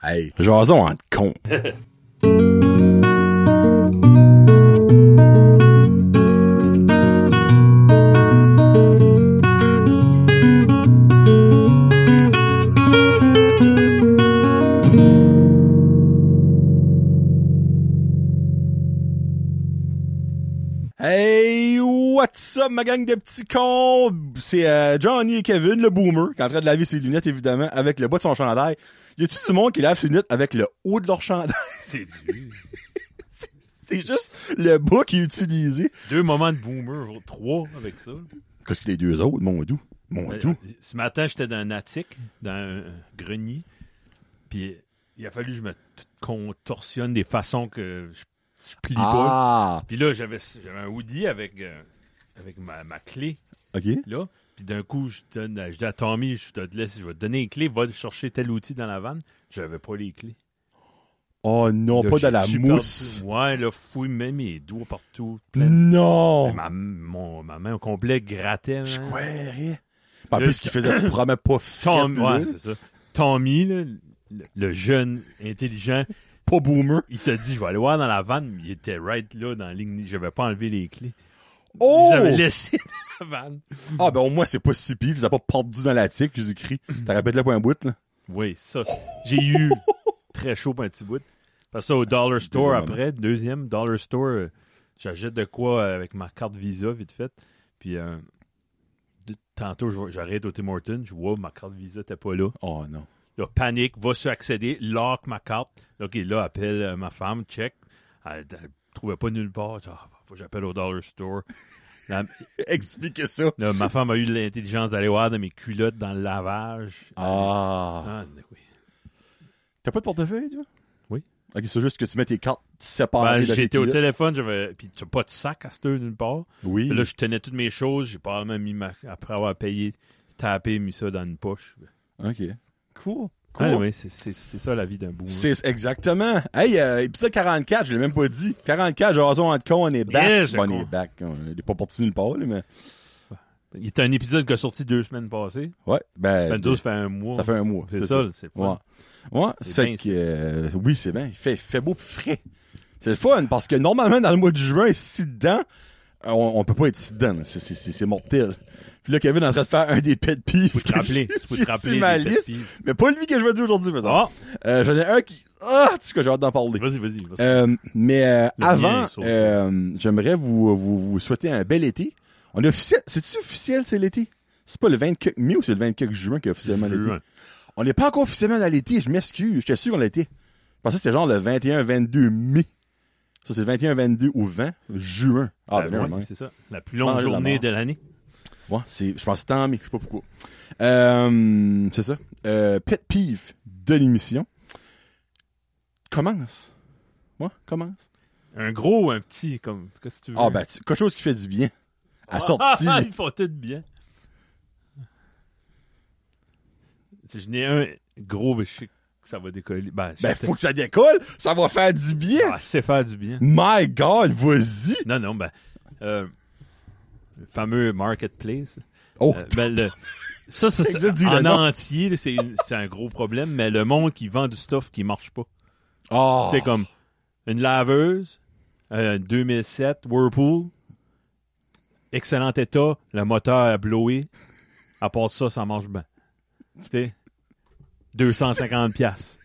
Hey, jason en con. Hey, what's up, ma gang de petits cons? C'est euh, Johnny et Kevin, le boomer, qui est en train de laver ses lunettes, évidemment, avec le bas de son chandail. Y a-tu du monde qui lave ses lunettes avec le haut de leur chandail? C'est dur. C'est juste le bas qui est utilisé. Deux moments de boomer, jour trois avec ça. Euh, Qu'est-ce que les deux autres, mon doux? Mon doux. Ce matin, j'étais dans un attic, dans un grenier, puis il a fallu que je me t- contorsionne des façons que je, je plie pas. Ah! Puis là, j'avais j'avais un hoodie avec, euh, avec ma, ma clé, OK. là. Puis d'un coup, je, donne, à- je dis à Tommy, je te laisse, je vais te donner les clés, va chercher tel outil dans la vanne. J'avais pas les clés. Oh non, Là, pas de j'ai la dû mousse. partout. Ouais, là, fouille même mes doigts partout. plein de- Non! Ma, mon, ma main au complet grattait. Je hein. croirais. En Le- plus, qu'il faisait vraiment pas fier. Tom, ouais, c'est ça. Tommy, là, le, le jeune intelligent, Pas boomer. il se dit, je vais aller voir dans la vanne. Il était right là, dans la ligne. J'avais pas enlevé les clés. Oh! J'avais laissé dans la vanne. Ah, ben au moins, c'est pas si pire. Ils ont pas perdu dans la tique, Jésus-Christ. T'as répété le point bout, là. Oui, ça. J'ai eu très chaud pour un petit bout. Parce ça au Dollar Store Deuxième après, deuxième Dollar Store, euh, j'achète de quoi euh, avec ma carte Visa vite fait. Puis euh, de- tantôt, je vois- j'arrête au Tim Hortons, je vois ma carte Visa t'es pas là. Oh non. Là, panique, va se accéder, lock ma carte. Là, OK, là, appelle euh, ma femme, check. Elle, elle trouvait pas nulle part. Ah, faut que j'appelle au Dollar Store. Là, Expliquez ça. là, ma femme a eu l'intelligence d'aller voir dans mes culottes, dans le lavage. Ah. Ah, oui. T'as pas de portefeuille, toi? Oui. Ok, c'est juste que tu mets tes cartes Ben, séparées. de tes j'étais au pilotes. téléphone, j'avais. Puis tu n'as pas de sac à cette heure nulle part. Oui. Puis Là, je tenais toutes mes choses. J'ai probablement mis ma. Après avoir payé, tapé, mis ça dans une poche. Ok. Cool. Cool. Ah, oui, c'est c'est- c'est ça la vie d'un boomer. C'est exactement. Hey, euh, épisode 44, je l'ai même pas dit. 44, Jason entre con, on est back. Yes, Bon, con. on est back. On est pas parti nulle part, là, mais. Il y a un épisode qui a sorti deux semaines passées. Ouais. Ben. Ben, nous autres, ça fait un mois. ça fait un mois. C'est ça, c'est le Ouais. fun. Ouais, C'est ça fait bien, que, euh, oui, c'est bien. Il fait, fait beau pis frais. C'est le fun, parce que normalement, dans le mois de juin, si dedans, euh, on, on peut pas être si dedans, là. c'est, c'est, c'est, c'est mortel. Puis là, Kevin est en train de faire un des pet peeves. Faut te que rappeler. j'ai- Faut j'ai te rappeler. sur ma des liste, petits- mais pas lui que je vais dire aujourd'hui, par exemple. Ah, Euh, j'en ai un qui, ah, tu sais que j'ai hâte d'en parler. vas-y, vas-y. vas-y. Euh, mais euh, Le avant, mien, sauf- euh, j'aimerais vous, vous, vous souhaiter un bel été. On est officiel, c'est-tu officiel, c'est l'été? C'est pas le 24 mai ou c'est le 24 juin qui est officiellement l'été? Juin. On n'est pas encore officiellement dans l'été, je m'excuse. J'étais sûr qu'on l'était. Je pensais que c'était genre le 21-22 mai. Ça, c'est le 21-22 ou 20 juin. Ah, ben, Ben, never ouais, mind. c'est ça. La plus longue Manger de la journée mort. de l'année. Ouais, c'est, je pense que c'était en mai, je sais pas pourquoi. Euh, c'est ça. Euh, pet peeve de l'émission. Commence. Ouais, commence. Un gros ou un petit, comme. Qu'est-ce que tu veux? Ah, ben, tu- quelque chose qui fait du bien. À sortie. Ah, ils font tout bien. Si je n'ai un gros, mais je sais que ça va décoller. Ben, je ben, sais- faut que ça décolle. Ça va faire du bien. Ah, c'est faire du bien. My God, vas-y. Non, non, ben. euh, le fameux marketplace. Oh, Euh, ben, le- ça, ça, ça- Je dis le en nom. entier, là, c'est c'est un gros problème, mais le monde qui vend du stuff qui marche pas. oh. C'est comme une laveuse, euh, 2007 Whirlpool, excellent état, le moteur a blowé. À part ça, ça marche bien. Tu sais, 250 pièces.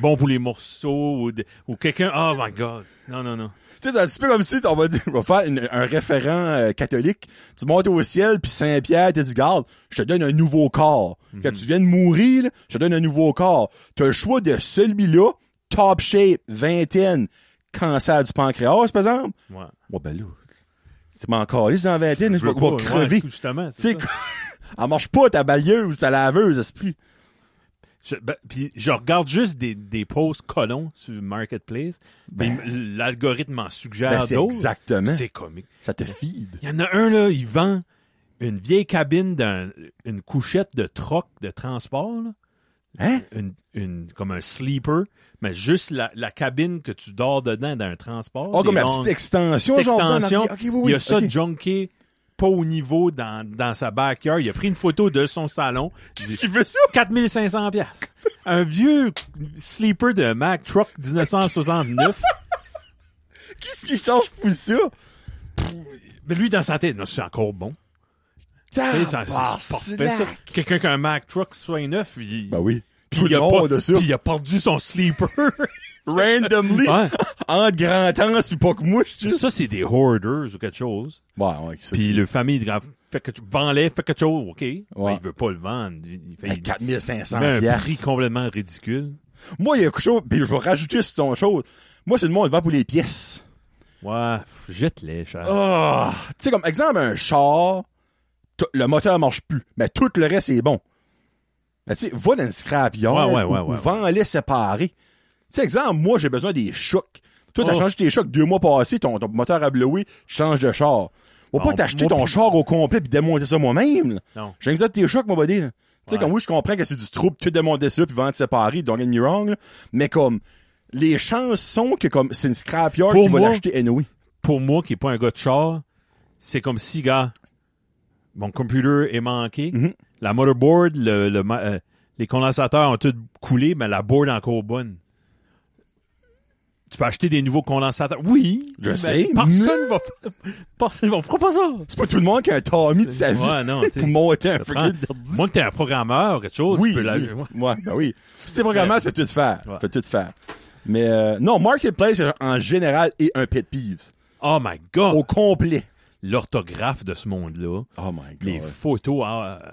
Bon pour les morceaux ou, de- ou quelqu'un. Oh my God. Non, non, non. Tu sais, c'est un petit peu comme si on va dire, on va faire une- un référent euh, catholique. Tu montes au ciel, puis Saint-Pierre te dit, garde, je te donne un nouveau corps. Mhm. Quand tu viens de mourir, là, je te donne un nouveau corps. Tu as le choix de celui-là, top shape, vingtaine, cancer du pancréas, par exemple. Ouais. Ouais, ben là, c'est mon encore dans vingtaine, je veux vais va pas, crever. ouais, justement, tu sais, c'est ça. elle marche pas ta balieuse, ta laveuse, esprit. Je, ben, puis je regarde juste des, des posts colons sur Marketplace. puis L'algorithme m'en suggère Ben, c'est d'autres. exactement. C'est comique. Ça te feed. Il y en a un, là, il vend une vieille cabine d'un, une couchette de troc de transport, là. Hein? Une, une- comme un sleeper, mais juste la, la cabine que tu dors dedans dans un transport. Oh, comme Des la longues- petite extension, petite genre. dans la- extension. Ok, oui, oui, il y a ça ok. de junkie pas au niveau dans, dans sa backyard. Il a pris une photo de son salon. Qu'est-ce qu'il veut ça? 4500 piastres. Un vieux sleeper de Mack Truck 1969. Qu'est-ce qu'il change pour ça? Mais lui, dans sa tête, non, c'est encore bon. Tu sais, ça- Tabarnak. c'est c'est parfait, ça. Quelqu'un qui a un Mack Truck 69, il, Ben oui. puis Tout il, le a monde pas- a ça. puis il a perdu son sleeper. Randomly. Ouais. Entre grand temps, pis pas que moi, je suis ça, c'est des hoarders ou quelque chose. Ouais, ouais, c'est Puis le famille, il fait que tu vends-les, fait quelque chose, OK. Ouais. Mais il veut pas le vendre. Il, il fait, il- 4500 il met un piastres. Ben, prix complètement ridicule. Moi, il y a quelque chose, pis je vais rajouter sur ton chose. Moi, c'est le monde qui vend pour les pièces. Ouais, pff, jette-les, cher. Ah! Tu sais, comme exemple, un char, t- le moteur marche plus, mais tout le reste est bon. Mais tu sais, va dans une scrapyard, Ouais, ouais, ouais, ou- ou ouais, ouais. vends-les séparés. Tu sais, exemple, moi, j'ai besoin des chocs. Toi, t'as Oh. changé tes chocs deux mois passés, ton, ton moteur a blowé, tu changes de char. Va pas Non, t'acheter moi, ton pis- char au complet puis démonter ça moi-même. là. Non. J'ai besoin de tes chocs, mon body. là. Tu sais, Ouais. comme oui, je comprends que c'est du trouble, tu démonter ça puis vendre séparé, don't get me wrong, là. mais comme, les chances sont que comme c'est une scrapyard Pour qui va moi- l'acheter anyway. Pour moi, qui est pas un gars de char, c'est comme si, gars, mon computer est manqué. Mm-hmm. La motherboard, le, le ma- euh, les condensateurs ont tous coulé, mais la board est encore bonne. Tu peux acheter des nouveaux condensateurs. Oui, Je mais sais, Personne va, f- personne va, fera pas ça. C'est pas tout le monde qui a un Tommy de sa vie Ouais, non, tu sais. pour monter un Ça frigo prend- Moi, que t'es un programmeur, quelque chose, Oui, tu peux la- oui. Ouais. Ouais, ben oui. Si t'es programmeur, tu peux tout faire. Tu Ouais. peux tout faire. Mais euh, non, Marketplace, en général, est un pet peeves. Oh my God! Au complet. L'orthographe de ce monde-là, Oh my God. les Les, photos... ah, euh,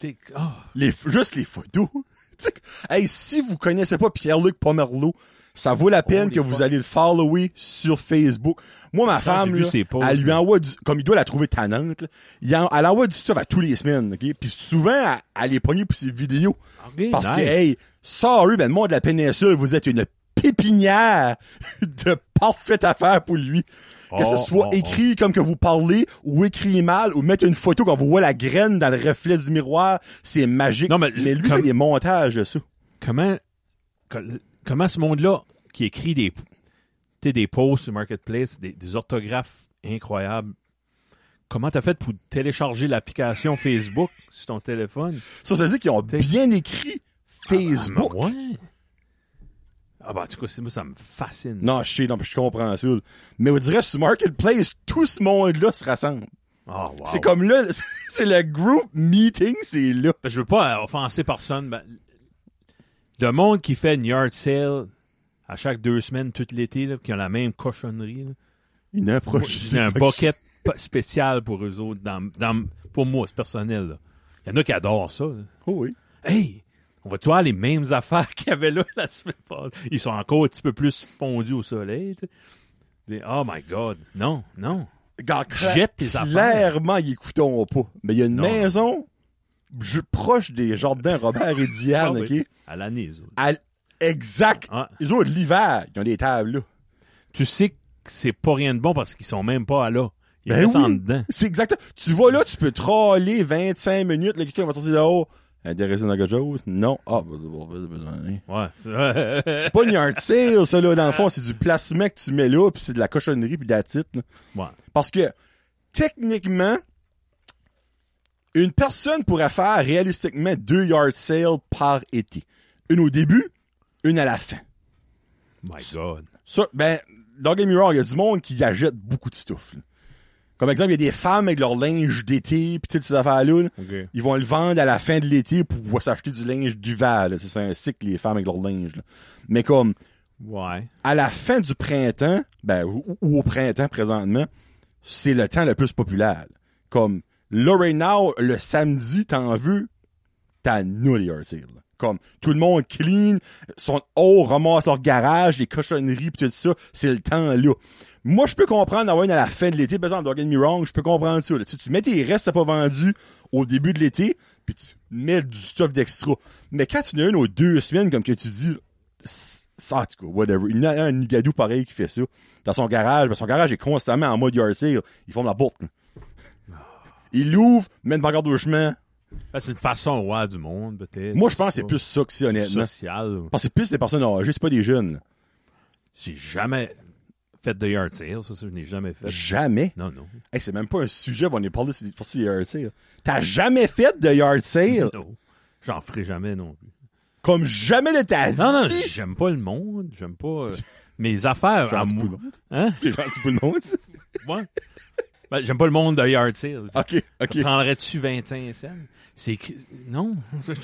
t'es- ah. f- juste les photos. Tu sais, hey, si vous connaissez pas Pierre-Luc Pomerleau, ça vaut la peine Oh, les que vous fuck. allez le follower sur Facebook. Moi, ma femme, j'ai vu là, ses posts, elle lui là. envoie du, comme il doit la trouver tannante, là, il en- elle envoie du stuff à tous les semaines, ok? Puis souvent, elle, elle est pognée pour ses vidéos. Ok, Parce que, nice. hey, sorry, ben, le monde de la péninsule, vous êtes une pépinière de parfaite affaire pour lui. Que ce Oh, soit oh, écrit comme que vous parlez, ou écrit mal, ou mettre une photo quand vous voyez la graine dans le reflet du miroir, c'est magique. Non, mais- lui comme- fait des montages de ça. Comment, co- comment ce monde-là, qui écrit des, tu sais, des posts sur Marketplace, des, des orthographes incroyables, comment t'as fait pour télécharger l'application Facebook sur ton téléphone? Ça, ça veut dire qu'ils ont T'sais- bien écrit Facebook. Ah, ben ouais. Ah bah en tout cas, c'est- moi, ça me fascine. Non, je sais, non, je comprends ça. là. Mais on dirait, sur Marketplace, tout ce monde-là se rassemble. Ah, wow. C'est comme là, c'est le group meeting, c'est là. Ben, je veux pas offenser personne. Ben, le monde qui fait une yard sale à chaque deux semaines, tout l'été, là, qui ont la même cochonnerie, là. Il y en a un proche. j'ai un bucket pa- spécial pour eux autres. Dans, dans- pour moi, c'est personnel. là. Il y en a qui adorent ça. là. Oh oui. Hey! On va te voir les mêmes affaires qu'il y avait là la semaine passée. Ils sont encore un petit peu plus fondus au soleil. tu sais. Des- Oh my God. Non, non. Gars, cla- Jette tes affaires. Clairement, ils écouteront pas. Mais il y a une Non. maison je- proche des jardins Robert et Diane, Ah oui, OK? À l'année, eux autres. À l- exact. Ah. Les autres, l'hiver, ils ont des tables, là. Tu sais que c'est pas rien de bon parce qu'ils sont même pas à là. Ils Ben restent oui. en dedans. C'est exact. Tu vas là, tu peux troller 25 minutes, là, quelqu'un va sortir là-haut. Euh, Des raisins à quelque chose? Non. Ah, bah, bah, Ouais. c'est- c'est pas une yard sale, ça, là. Dans le fond, c'est du placement que tu mets là, puis c'est de la cochonnerie, puis de la titre, là. Ouais. Parce que, techniquement, une personne pourrait faire réalistiquement deux yard sales par été. Une au début, une à la fin. My God. Ça, ben, dans Game Mirror, il y a du monde qui achète beaucoup de stuff. là. Comme exemple, il y a des femmes avec leur linge d'été, puis toutes ces affaires-là. là. OK. Ils vont le vendre à la fin de l'été pour pouvoir s'acheter du linge d'hiver. là. C'est c'est un cycle, les femmes avec leur linge. là. Mais comme, Ouais. à la fin du printemps, ben, ou, ou au printemps présentement, c'est le temps le plus populaire. Comme, là, right now, le samedi, t'en veux, t'as nous les yard sales, là. Comme, tout le monde clean, son haut ramasse leur garage, les cochonneries pis tout ça, c'est le temps, là. Moi, je peux comprendre d'avoir une à la fin de l'été, par exemple, don't get me wrong, je peux comprendre ça, là. Tu, sais, tu mets tes restes à pas vendus au début de l'été, puis tu mets du stuff d'extra. Mais quand tu en as une aux deux semaines, comme que tu dis, c'est- en tout cas, whatever. Il y en a un gadou pareil qui fait ça. Dans son garage, ben, son garage est constamment en mode yard sale. Ils font de la porte. là. Il l'ouvre, met une pancarte au chemin. Ben, c'est une façon, ouais, du monde, peut-être. Moi, je pense que c'est plus ça que si, honnêtement. social. Parce que c'est plus des personnes âgées, c'est pas des jeunes. là. J'ai jamais Faites de yard sale, ça, ça, je n'ai jamais fait. Jamais. Non, non. Hey, c'est même pas un sujet, on est parlé de parti yard sale. T'as jamais fait de yard sale? Non. J'en ferai jamais non plus. Comme jamais de ta vie. Non, non, j'aime pas le monde, j'aime pas euh, mes affaires à Genre du moi. boulot. Hein? C'est genre du bout de monde. ça. Ouais. Ben, j'aime pas le monde de yard sale. Ah, OK, OK. Prendrais-tu 25 cents? C'est que- Non.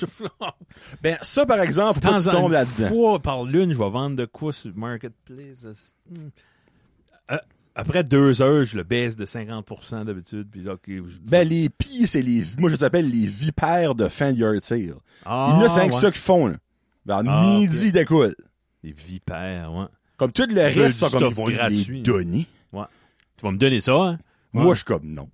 Tant Ben, ça, par exemple, faut pas que tu tombes une là-dedans. fois par lune, je vais vendre de quoi sur le Marketplace? Hmm. Euh, Après deux heures, je le baisse de 50 d'habitude. Puis, OK, je- Ben, les pis, c'est les, moi, je les appelle les vipères de fin de yard sale. Ah, Il y en a, c'est rien que ouais. ça qu'ils font, là. Ben, Ah, ok. midi d'écoute. Les vipères, ouais. Comme tout le du reste, ça, comme stock ils vont les gratuit. donner. Ouais. Tu vas me donner ça, hein? Moi, je suis comme, non.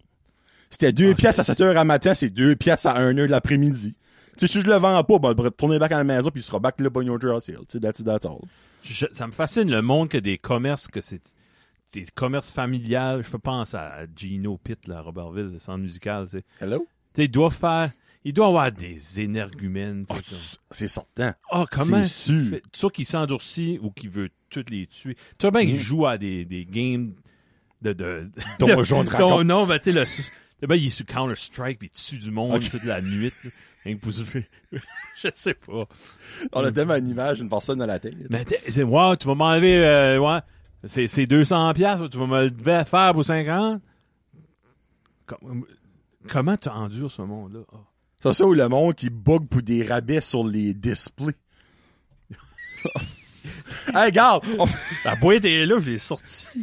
C'était deux Ah, piastres à 7 heures à matin, c'est deux piastres à 1 heure de l'après-midi. Tu sais, si je le vends pas, ben, je vais retourner back à la maison, puis il sera back le pognon de Tu sais, that's it, that's all. Je- ça me fascine le monde que des commerces, que c'est des commerces familiales. Je pense à à Gino Pitt, là, à Robertville, le centre musical. Tu sais. Hello? Tu sais, ils doivent faire. Il doit avoir des énergumènes. Ah, tu sais, comme- C'est certain. Ah, comment. c'est sûr. tu fais- Soit qui s'endurcit ou qui veut toutes les tuer. Tu vois bien Mm. qu'ils jouent à des, des games de. de Donjon Dragon. Non, mais tu sais, le. su- tu sais bien, il est sur Counter-Strike puis il tue du monde Ok. toute la nuit. là. Rien que pour- Je sais pas. On a tellement une image d'une personne dans la tête. Mais t'es- Ben, c'est, wow, tu vas m'enlever, euh, ouais, c'est, c'est 200 piastres, tu vas me le fa- faire pour 50. Com- euh, comment tu endures ce monde-là? Ah. C'est ça ou le monde qui bug pour des rabais sur les displays. hey, regarde! on fait- La boîte est là, je l'ai sortie.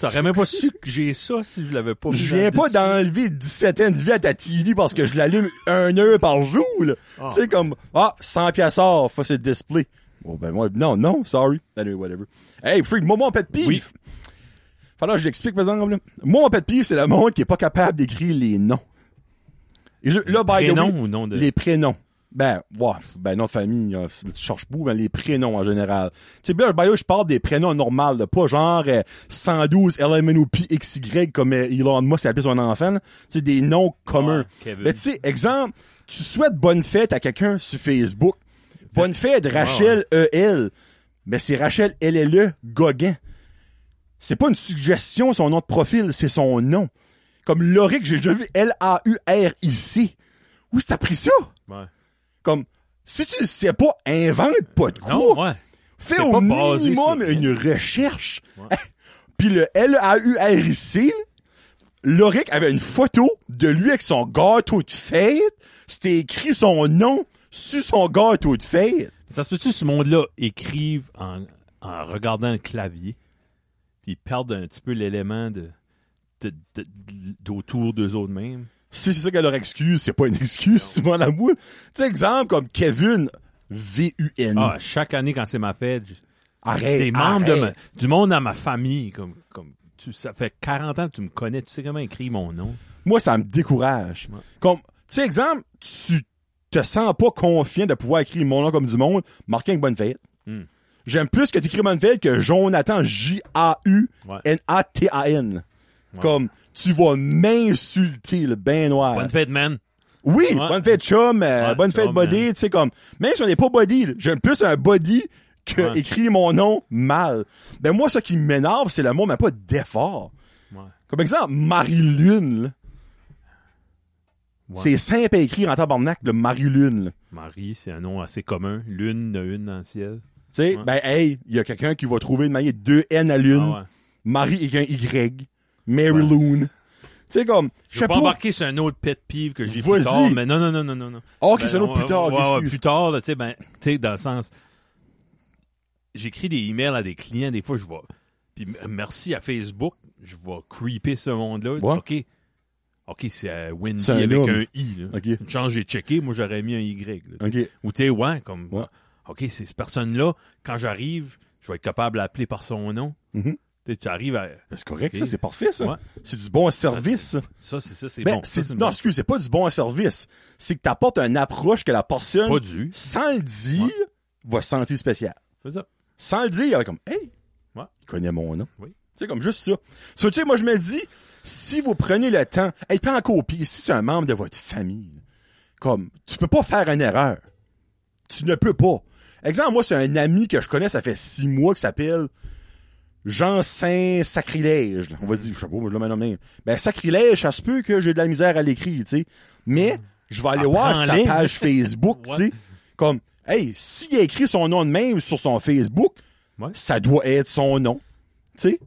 T'aurais même pas su que j'ai ça si je l'avais pas mis Je dans viens le pas disque. d'enlever 17 ans de vie à ta TV parce que je l'allume un heure par jour, là. Ah. Tu sais, comme, ah, 100 piastres off, faut ce display. Bon, ben, moi, non, non, sorry. Anyway, whatever. Hey, freak, moi, mon pet peeve. Oui. Faudra que je l'explique, par exemple, là. Moi, mon pet peeve, c'est le monde qui est pas capable d'écrire les noms. Et je- là, by the Prénom way, ou nom de- les prénoms. Ben, ouais, ben, nom de famille, euh, tu cherches beaucoup, ben, les prénoms en général. Tu sais, ben, là, by the way, je parle des prénoms normaux, là, pas genre euh, 112 LMNOP XY comme euh, Elon Musk a appelé son enfant, là. Tu sais, des noms communs. Ouais, Ah, Kevin. Ben, tu sais, exemple, tu souhaites bonne fête à quelqu'un sur Facebook. Bonne fête, Rachel EL. Mais c'est Rachel E LLE Gauguin. C'est pas une suggestion, son nom de profil, c'est son nom. Comme Lauric, j'ai déjà vu L-A-U-R-I-C. Où c'est pris ça? Ouais. Comme, si tu le sais pas, invente pas de quoi. Non, ouais. Fais C'est au pas basé minimum sur- une recherche. Ouais. Hey, Puis le E L-A-U-R-I-C, Loric avait une photo de lui avec son gâteau de fête. C'était écrit son nom sur son gâteau de fête. Ça se peut-tu que ce monde-là écrive en, en regardant le clavier, puis ils perdent un petit peu l'élément de, de- de- de- d'autour d'eux autres mêmes? Si c'est ça qu'elle leur excuse, c'est pas une excuse, c'est mon amour. Tu sais, exemple comme Kevin, V-U-N. Ah, chaque année quand c'est ma fête, je- Mm. Arrête. des membres de arrête. ma- du monde dans ma famille. Comme, comme, tu, ça fait 40 ans que tu me connais, tu sais comment écrire mon nom. moi, ça me décourage. Ouais. Comme, tu sais, exemple, tu te sens pas confiant de pouvoir écrire mon nom comme du monde, marquer une bonne fête. Hmm. J'aime plus que t'écris bonne fête que Jonathan J-A-U-N-A-T-A-N. Ouais. Comme, tu vas m'insulter, le bain noir. Bonne fête, man. Oui, Ouais. bonne fête chum, euh, Ouais, bonne fête chum, body, hein. tu sais comme même si on n'est pas body, là, j'aime plus un body que Ouais. écrire mon nom mal. Ben moi ce qui m'énerve c'est le mot mais pas d'effort. Ouais. Comme exemple Marie-Lune. là. Ouais. C'est simple à écrire en tabarnak de Marie-Lune. là. Marie, c'est un nom assez commun. Lune, il y en a une dans le ciel. Tu sais, Ouais. ben hey, il y a quelqu'un qui va trouver de manière deux N à l'une. Ah ouais. Marie avec un Y. Mary Loon. Tu sais comme Je vais pas embarquer sur un autre pet peeve que j'ai Vas-y. plus tard, mais non, non, non, non, non. non. Ah, OK, Ben, c'est un autre on- plus tard, ouais, ouais, excuse. plus tard, là, tu sais, ben, tu sais, dans le sens, j'écris des emails à des clients, des fois, je vois, puis m- merci à Facebook, je vais creeper ce monde-là. Ouais. OK. OK, c'est euh, Wendy C'est un avec homme. un I, là. OK. Une chance, j'ai checké, moi, j'aurais mis un Y, là. OK. Ben, Ou tu sais, ouais, comme, Ouais. OK, c'est cette personne-là, quand j'arrive, je vais être capable d'appeler par son nom. Mhm. Tu sais, tu arrives à... Ben, c'est correct Ok. ça, c'est parfait ça. Ouais. C'est du bon service. ça. Ça, c'est ça, c'est Ben, bon. Ça, c'est- c'est non, bon. excuse, c'est pas du bon service. C'est que t'apportes une approche que la personne, Pas du. sans le dire, va se sentir spéciale. Fais ça. Sans le dire, elle va comme, hey, Ouais. il connaît mon nom. Oui. Tu sais, comme juste ça. So, tu sais, moi, je me dis, si vous prenez le temps, et puis en copie, si c'est un membre de votre famille, comme, tu peux pas faire une erreur. Tu ne peux pas. Exemple, moi, c'est un ami que je connais, ça fait six mois, qui s'appelle Jean Saint Sacrilège, là. on va dire, je sais pas, je le nomme même. Ben, Sacrilège, ça se peut que j'ai de la misère à l'écrit, tu sais. Mais, je vais aller Ah, voir sa Apprends-les. page Facebook, tu sais. Comme, hey, s'il a écrit son nom de même sur son Facebook, Ouais. ça doit être son nom, tu sais.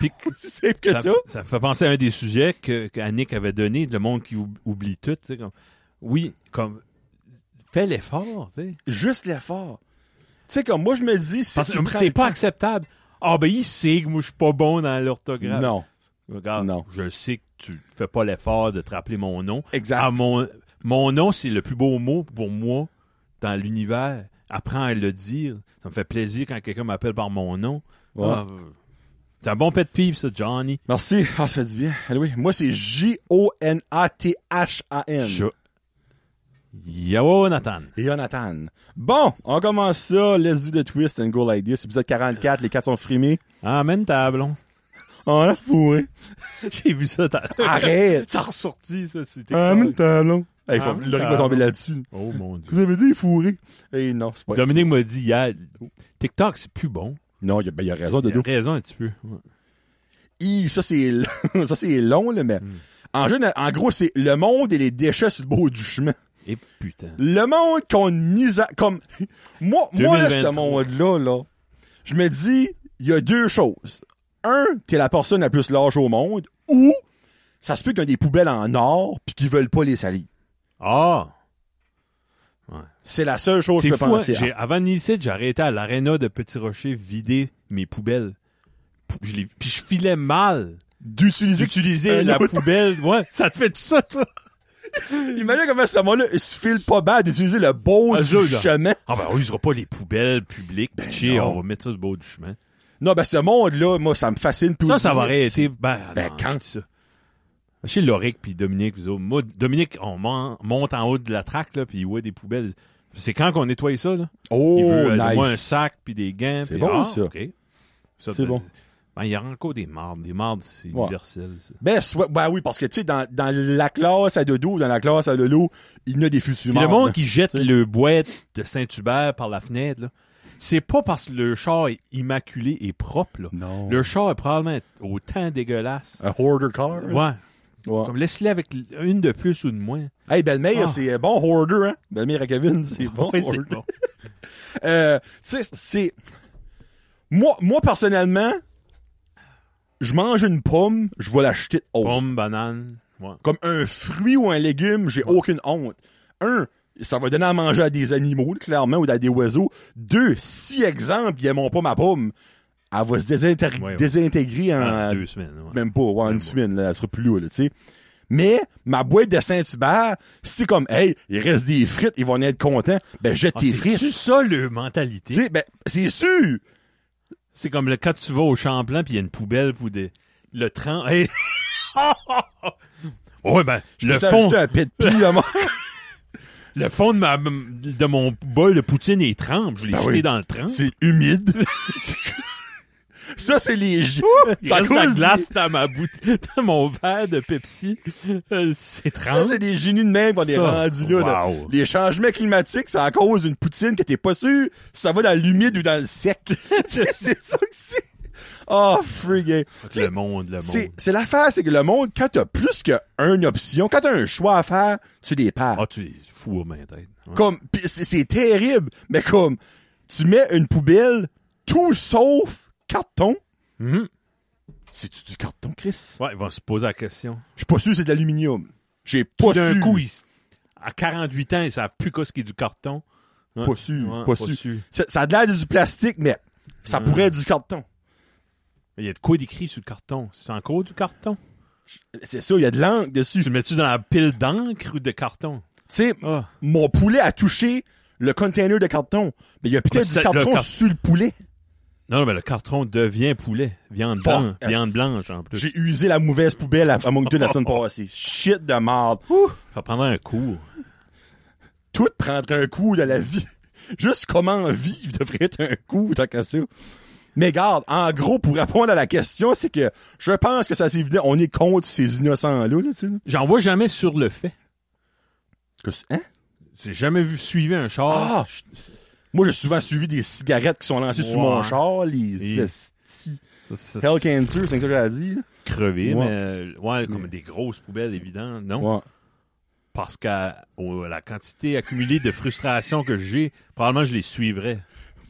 Puis que- C'est simple que ça. ça, ça fait penser à un des sujets que, qu'Annick avait donné, le monde qui ou- oublie tout. tu sais, Comme, oui, comme fais l'effort. tu sais. Juste l'effort. Tu sais, comme moi, je me dis, si Parce tu que prends c'est le pas temps- acceptable. Ah ben il sait que moi je suis pas bon dans l'orthographe. Non. Regarde, Non. je sais que tu fais pas l'effort de te rappeler mon nom. Exact. Ah, mon, mon nom, c'est le plus beau mot pour moi dans l'univers. Apprends à le dire. Ça me fait plaisir quand quelqu'un m'appelle par mon nom. Ouais. Ah, euh, c'est un bon pet peeve, ça, Johnny. Merci. Ah, ça fait du bien. Allez, oui. Moi, c'est J-O-N-A-T-H-A-N. Je... Yo, Nathan. Et Jonathan. Bon, on commence ça. Let's do the twist and go like this. Épisode 44, les quatre sont frimés. Amène ta blonde. On l'a fourré. hein. J'ai vu ça. t'as- Arrête. ça a ressorti, ça, sur tes Un pages. minute, talon. Hey, faut, Ah, le talon. va tomber là-dessus. Oh mon dieu. Vous avez dit, il est fourré. Eh non, c'est pas Dominique m'a dit hier, TikTok, c'est plus bon. Non, il y a, ben, il y a raison, Il a Dodo. raison un petit peu. Ouais. Hi, ça, c'est l- ça, c'est long, là, mais Hmm. en, général- en gros, c'est le monde et les déchets sur le bord du chemin. Et putain. Le monde qu'on mise à... Comme... Moi, moi là, ce 2023. monde-là, là, je me dis, il y a deux choses. Un, t'es la personne la plus large au monde, ou ça se peut qu'il y a des poubelles en or puis qu'ils veulent pas les salir. Ah! C'est la seule chose que C'est je peux fou. hein. penser. J'ai- Avant Nice, j'ai arrêté à l'aréna de Petit Rocher vider mes poubelles. Pou- Je les- Puis je filais mal D'utiliser... d'utiliser Un la autre- poubelle. Ouais, ça te fait tout ça, toi? Imagine comment ce monde-là, il se file pas bas d'utiliser le beau Ah, du ça, là. chemin. Ah ben, on usera pas les poubelles publiques. Ben, chier, non. on va mettre ça sur le bord du chemin. Non, ben ce monde-là, moi, ça me fascine. puis Ça, ça va aussi. arrêter. Ben, Ben, non, quand? je dis ça. Chez Loric puis Dominique, vous autres. Moi, Dominique, on mon- monte en haut de la traque, là, puis il voit des poubelles. C'est quand qu'on nettoie ça, là? il Oh, veut euh, de moi, un nice. sac puis des gants. C'est puis- bon, ah, ça. ok. Ça, C'est ben, bon. ben, il y a encore des mardes. Les mardes, c'est Ouais. universel. ça. Ben, soit- ben oui, parce que, tu sais, dans, dans la classe à Dodo, dans la classe à Lolo, il y en a des futurs Puis le morts, monde là. qui jette le boîte de Saint-Hubert par la fenêtre, là, c'est pas parce que le char est immaculé et propre. Là. Non. Le char est probablement autant dégueulasse. Un hoarder car. Ouais. Ah, Ouais. Comme laisse-le avec l- une de plus ou de moins. Hey, Belmire, Ah. c'est bon hoarder, hein? Belmire à Kevin, c'est bon. Ouais, hoarder. c'est bon. Euh, tu sais, c'est... Moi, moi, personnellement, je mange une pomme, je vais l'acheter haut. Pomme, banane. Ouais. Comme un fruit ou un légume, j'ai aucune honte. Un, ça va donner à manger à des animaux, clairement, ou à des oiseaux. Deux, si, exemple, ils aiment pas ma pomme, elle va se désintégr- Ouais, ouais. désintégrer Ah, en deux semaines. ouais. même pas, ouais, en une semaine, là, elle sera plus lourde, là, tu sais. Mais, ma boîte de Saint-Hubert, si t'es comme, hey, il reste des frites, ils vont en être contents, ben, jette Ah, tes C'est-tu frites. ça, le Tu mentalité? sais, ben, c'est sûr! C'est comme le, quand tu vas au Champlain puis il y a une poubelle pour des, le train. Hey. ouais, ben, le Ça, fond, juste un pet de pie, là, moi. le fond de, ma, de mon bol de poutine est trempe. Je l'ai Ben jeté oui. dans le train. C'est humide. ça, c'est les jeux. Ça Ça reste la cause glace dans ma bouteille, dans mon verre de Pepsi. Euh, C'est des- Ça, trempe. c'est des génies de même qu'on est Ça, rendus là, là. wow. Les changements climatiques, ça cause une poutine que t'es pas sûr si ça va dans l'humide ou dans le sec. c'est ça que c'est. Oh, friggin. Tu sais, Le monde, le monde. C'est, c'est l'affaire, c'est que le monde, quand t'as plus qu'une option, quand t'as un choix à faire, tu les perds. Ah, tu es fou à ma tête. Ouais. Comme, pis c'est, c'est terrible, mais comme, tu mets une poubelle, tout sauf carton. Mhm. C'est-tu du carton, Chris? Ouais, ils vont se poser la question. Je suis pas sûr que c'est de l'aluminium. J'ai pas D'un su. coup, ils, à 48 ans, ils savent plus qu'est-ce qui est du carton. Ouais. Pas sûr, Ouais, pas, pas sûr. sûr. Ça, ça a l'air de du plastique, mais ça pourrait être du carton. Il y a de quoi d'écrit sur le carton? C'est encore du carton? C'est ça, il y a de l'encre dessus. Tu le mets-tu dans la pile d'encre ou de carton? Tu sais, Ah. mon poulet a touché le container de carton, mais il y a peut-être Ah, du c'est- le carton car- sur le poulet. Non, non, mais le carton devient poulet. Viande Fuck. blanche. Viande blanche, en plus. J'ai usé la mauvaise poubelle à, à Moncton la semaine passée. Shit de merde. Ça prendrait un cours. Tout prendrait un coup de la vie. Juste comment vivre devrait être un coup, tant qu'à ça. Mais garde, en gros, pour répondre à la question, c'est que je pense que ça c'est évident, on est contre ces innocents-là, là, tu sais. J'en vois jamais sur le fait. Que c'est- Hein? J'ai jamais vu suivre un Ah! char. Moi, j'ai souvent suivi des cigarettes qui sont lancées sur Ouais. mon char, les Et- estis esti. Hell can through, c'est ça que j'ai dit. là. crevé, Ouais. mais euh, ouais, comme des grosses poubelles, évident, non? Ouais. Parce que la quantité accumulée de frustration que j'ai, probablement je les suivrais.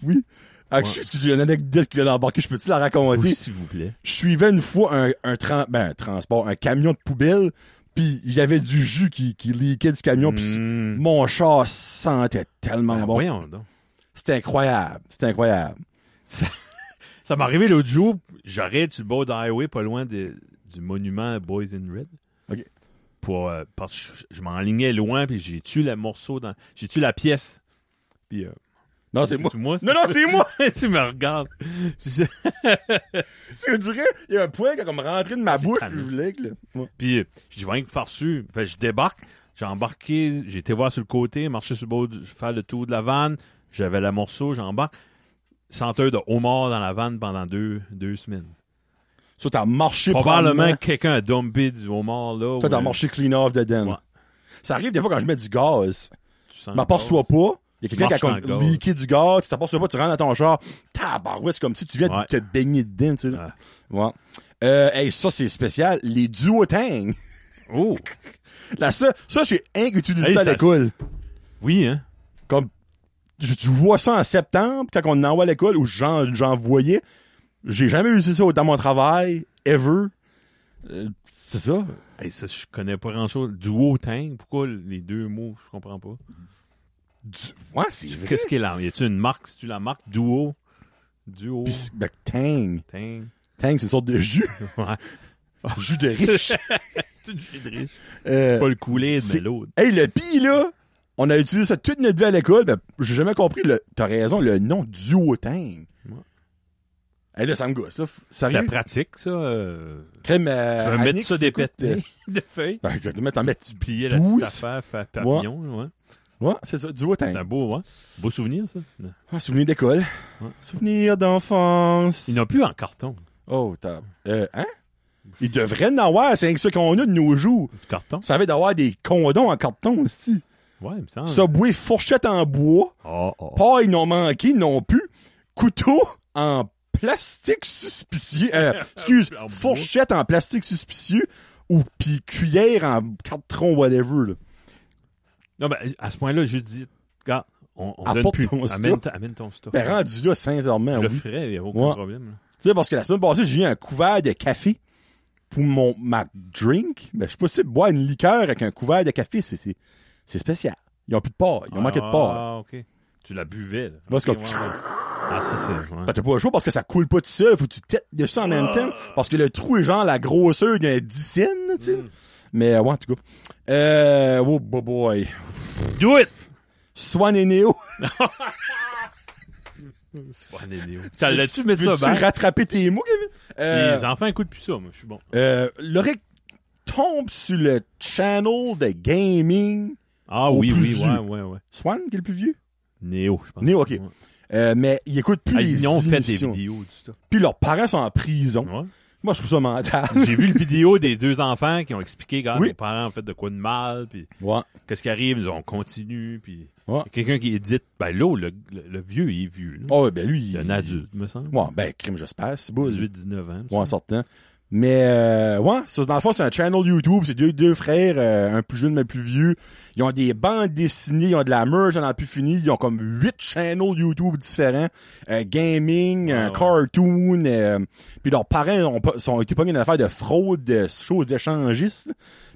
Oui. Ah, excuse- excuse, j'ai une anecdote qui vient d'embarquer, je peux-tu la raconter? Oui, s'il vous plaît. je suivais une fois un, un, tran- ben, un transport, un camion de poubelle, puis il y avait du jus qui, qui leakait du camion, puis Mm. mon char sentait tellement Ah, bon. Voyons donc. C'était incroyable, c'était incroyable. Ça m'est arrivé l'autre jour, j'arrête sur le bord de highway, pas loin de- du monument Boys in Red. OK. Pour, euh, parce que je, je m'enlignais loin, puis j'ai tué le morceau, dans, j'ai tué la pièce. Puis, euh, Non, Ah, c'est moi. tu- moi. Non, non, c'est moi! tu me regardes. Puis je- C'est, on dirait, il y a un point qui a comme rentré de ma C'est bouche, tannant. puis je voulais que, là. Ouais. Puis euh, je vais rien que faire dessus. Fait que je débarque, j'ai embarqué, j'ai été voir sur le côté, marché sur le bord, du- faire le tour de la vanne. J'avais la morceau, j'embarque. Senteur de homard dans la vanne pendant deux, deux semaines. Ça, t'as marché Probablement que quelqu'un a dumpé du homard là. Toi, ou, t'as euh, marché clean off dedans. Ouais. Ça arrive des fois quand je mets du gaz. euh, tu sens Je m'aperçois pas. Il y a quelqu'un qui a Oh. Marche dans comme le gaz. leaké du gaz. Tu t'aperçois pas, tu rentres dans ton char. Tabarouette, c'est comme si tu viens Ouais. de te baigner dedans, tu sais. Ouais. Ouais. Euh, hey, ça, c'est spécial. Les duotangs. Oh! Là, ça, ça, j'ai un qui utilise Hey, ça à ça- l'école. Oui, hein? Comme, je- tu vois ça en septembre, quand on envoie à l'école, ou j'en, j'en voyais. J'ai jamais utilisé ça dans mon travail, ever. Euh, c'est ça. Hey, ça, je connais pas grand-chose. Duotang, pourquoi les deux mots? Je comprends pas. Du, ouais, c'est vrai. Qu'est-ce qu'il a? Y a-tu une marque? Si tu la marque Duo? Duo? Pis, ben, tang. Tang? Tang, c'est une sorte de jus. Ouais. jus de riche. C'est une fille de riche. Euh, Pas le couler, mais C'est- l'autre. Hey, le pire, là, on a utilisé ça toute notre vie à l'école, ben, j'ai jamais compris, le, t'as raison, le nom duotang. Ouais. Hey, là, ça me gosse, là. F- C'était Sérieux? pratique, ça. euh, Crème, Tu euh, vas mettre Annick, ça des t'écoutes, pétées de feuilles. euh, Exactement, t'en mets. Tu pliais la petite 12. affaire, faire papillon. Ouais. Ouais, c'est ça, duotang. C'est un beau, ouais. Beau souvenir, ça. Non. Ah, souvenir d'école. Ouais. Souvenir d'enfance. Il n'a plus en carton. Oh, t'as. Euh, hein? Il devrait en avoir, c'est rien que ça qu'on a de nos jours. Du carton? Ça avait d'avoir des condoms en carton aussi. Ah, Ouais, il me semble. Subway, fourchette en bois. Oh, oh. Pas, ils n'ont manqué non plus. Couteau en plastique suspicieux. euh, excuse, En bois. fourchette en plastique suspicieux. Ou puis cuillère en carton, whatever. Là. Non, ben, à ce point-là, je dis, regarde, on, on donne Apporte plus. Ah, ton amène, stuff. ta- amène ton stock. Ben, rendu là, sincèrement, je le oui. ferais, il n'y a aucun Ouais. problème. là. Tu sais, parce que la semaine passée, j'ai eu un couvert de café pour mon, ma drink. Ben, je suis possible boire une liqueur avec un couvert de café. C'est, c'est, c'est spécial. Ils ont plus de part. Ils ont manqué de part. Ah, OK. Tu la buvais, là. Moi, c'est Ok, comme- ouais, ouais. Ah, ça, c'est... ouais. Ben, t'as pas le choix parce que ça coule pas tout seul. Faut que tu têtes dessus en même temps. Ah. Parce que le trou est genre la grosseur d'un dixaine, tu Mm. sais. Mais, ouais, en tout cas. Euh, oh, boy, boy. Do it! Swan et Neo. Ça l'as-tu mis ça Veux-tu back? rattraper tes mots, Kevin? Euh, Les enfants écoutent plus ça, moi, je suis bon. euh, Loric tombe sur le channel de gaming. Ah au oui, plus oui, vieux. ouais, ouais, ouais. Swan, qui est le plus vieux? Néo, je pense. Néo, ok. Ouais. Euh, mais ils écoutent plus Ah, les ils ont fait des émissions. vidéos, du stuff. Puis leurs parents sont en prison. Ouais. Moi, je trouve ça mental. J'ai vu le vidéo des deux enfants qui ont expliqué, regarde, Oui. nos parents ont fait de quoi de mal, puis Ouais. qu'est-ce qui arrive, ils ont continue, puis Ouais. Il y a quelqu'un qui édite, ben là, le, le, le vieux, il est vieux. là. Oh, ouais, ben lui... Il est un adulte, me semble. Ouais, ben, crime, j'espère. C'est beau. 18-19 ans. me Ouais, en semble. sortant. Mais, euh, ouais, ça, dans le fond, c'est un channel YouTube. C'est deux, deux frères, euh, un plus jeune, mais plus vieux. Ils ont des bandes dessinées, ils ont de la merge, on en a plus fini. Ils ont comme huit channels YouTube différents. Euh, gaming, Ah, euh, ouais. cartoon. euh, puis leurs parents ont, pas- sont été pognés dans l'affaire de fraude, de choses d'échangistes.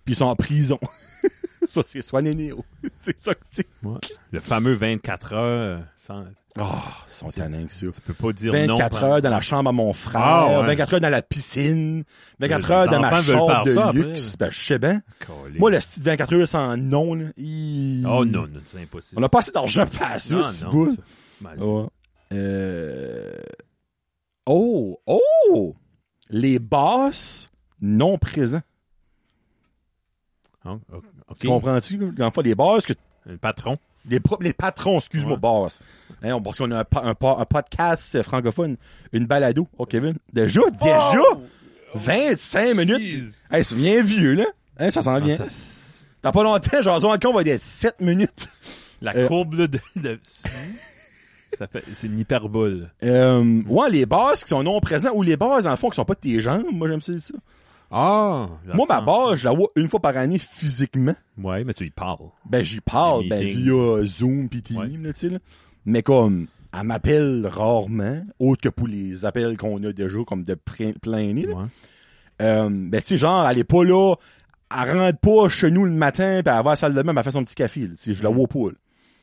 Puis ils sont en prison. ça, c'est Swan et Neo. c'est ça que c'est. Ouais. Le fameux 24 heures. euh, sans- Ah, ils sont tannants que ça. Tu peux pas dire non. 24 pendant- heures dans la chambre à mon frère, Ah, ouais. 24 heures dans la piscine, 24 Les heures dans ma enfants veulent chambre faire de ça après, luxe. Ben, je sais bien. Calé. Moi, le style 24 heures sans nom, là, il- Oh non, non, c'est impossible. On a pas assez d'argent pour faire ça, Non, c'est non, beau. tu- ben, Ouais. Euh... Oh, oh! Les boss non présents. hein, ok. Tu comprends-tu? Dans le fond, les boss que Le patron. Les, pro- les patrons, excuse-moi, Ouais. boss. Hein, on- parce qu'on a un, pa- un pa- un podcast euh, francophone, une balado. Oh, Kevin. Déjà, déjà! 25 minutes! Hey, c'est bien vieux, là. Hein, ça s'en vient. Ah, ça- Dans pas longtemps, Jason Alcon va être 7 minutes. la Euh, courbe là, de, de- Ça fait, c'est une hyperbole. Euh, ouais, les bases qui sont non présents ou les bases, en fond, qui sont pas de tes jambes. Moi, j'aime ça. ça. Ah! Moi, ma base, je la vois une fois par année physiquement. Ouais, mais tu y parles. Ben, j'y parle, Des ben, meetings. via Zoom pis Team, Ouais. là, tu sais, là. Mais comme, elle m'appelle rarement, autre que pour les appels qu'on a déjà, comme de pre- plein nez, là. Ouais. Euh, ben, tu sais, genre, elle est pas là, elle rentre pas chez nous le matin, pis elle va à la salle de bain, pis elle fait son petit café, là, tu sais, je la vois pas, là.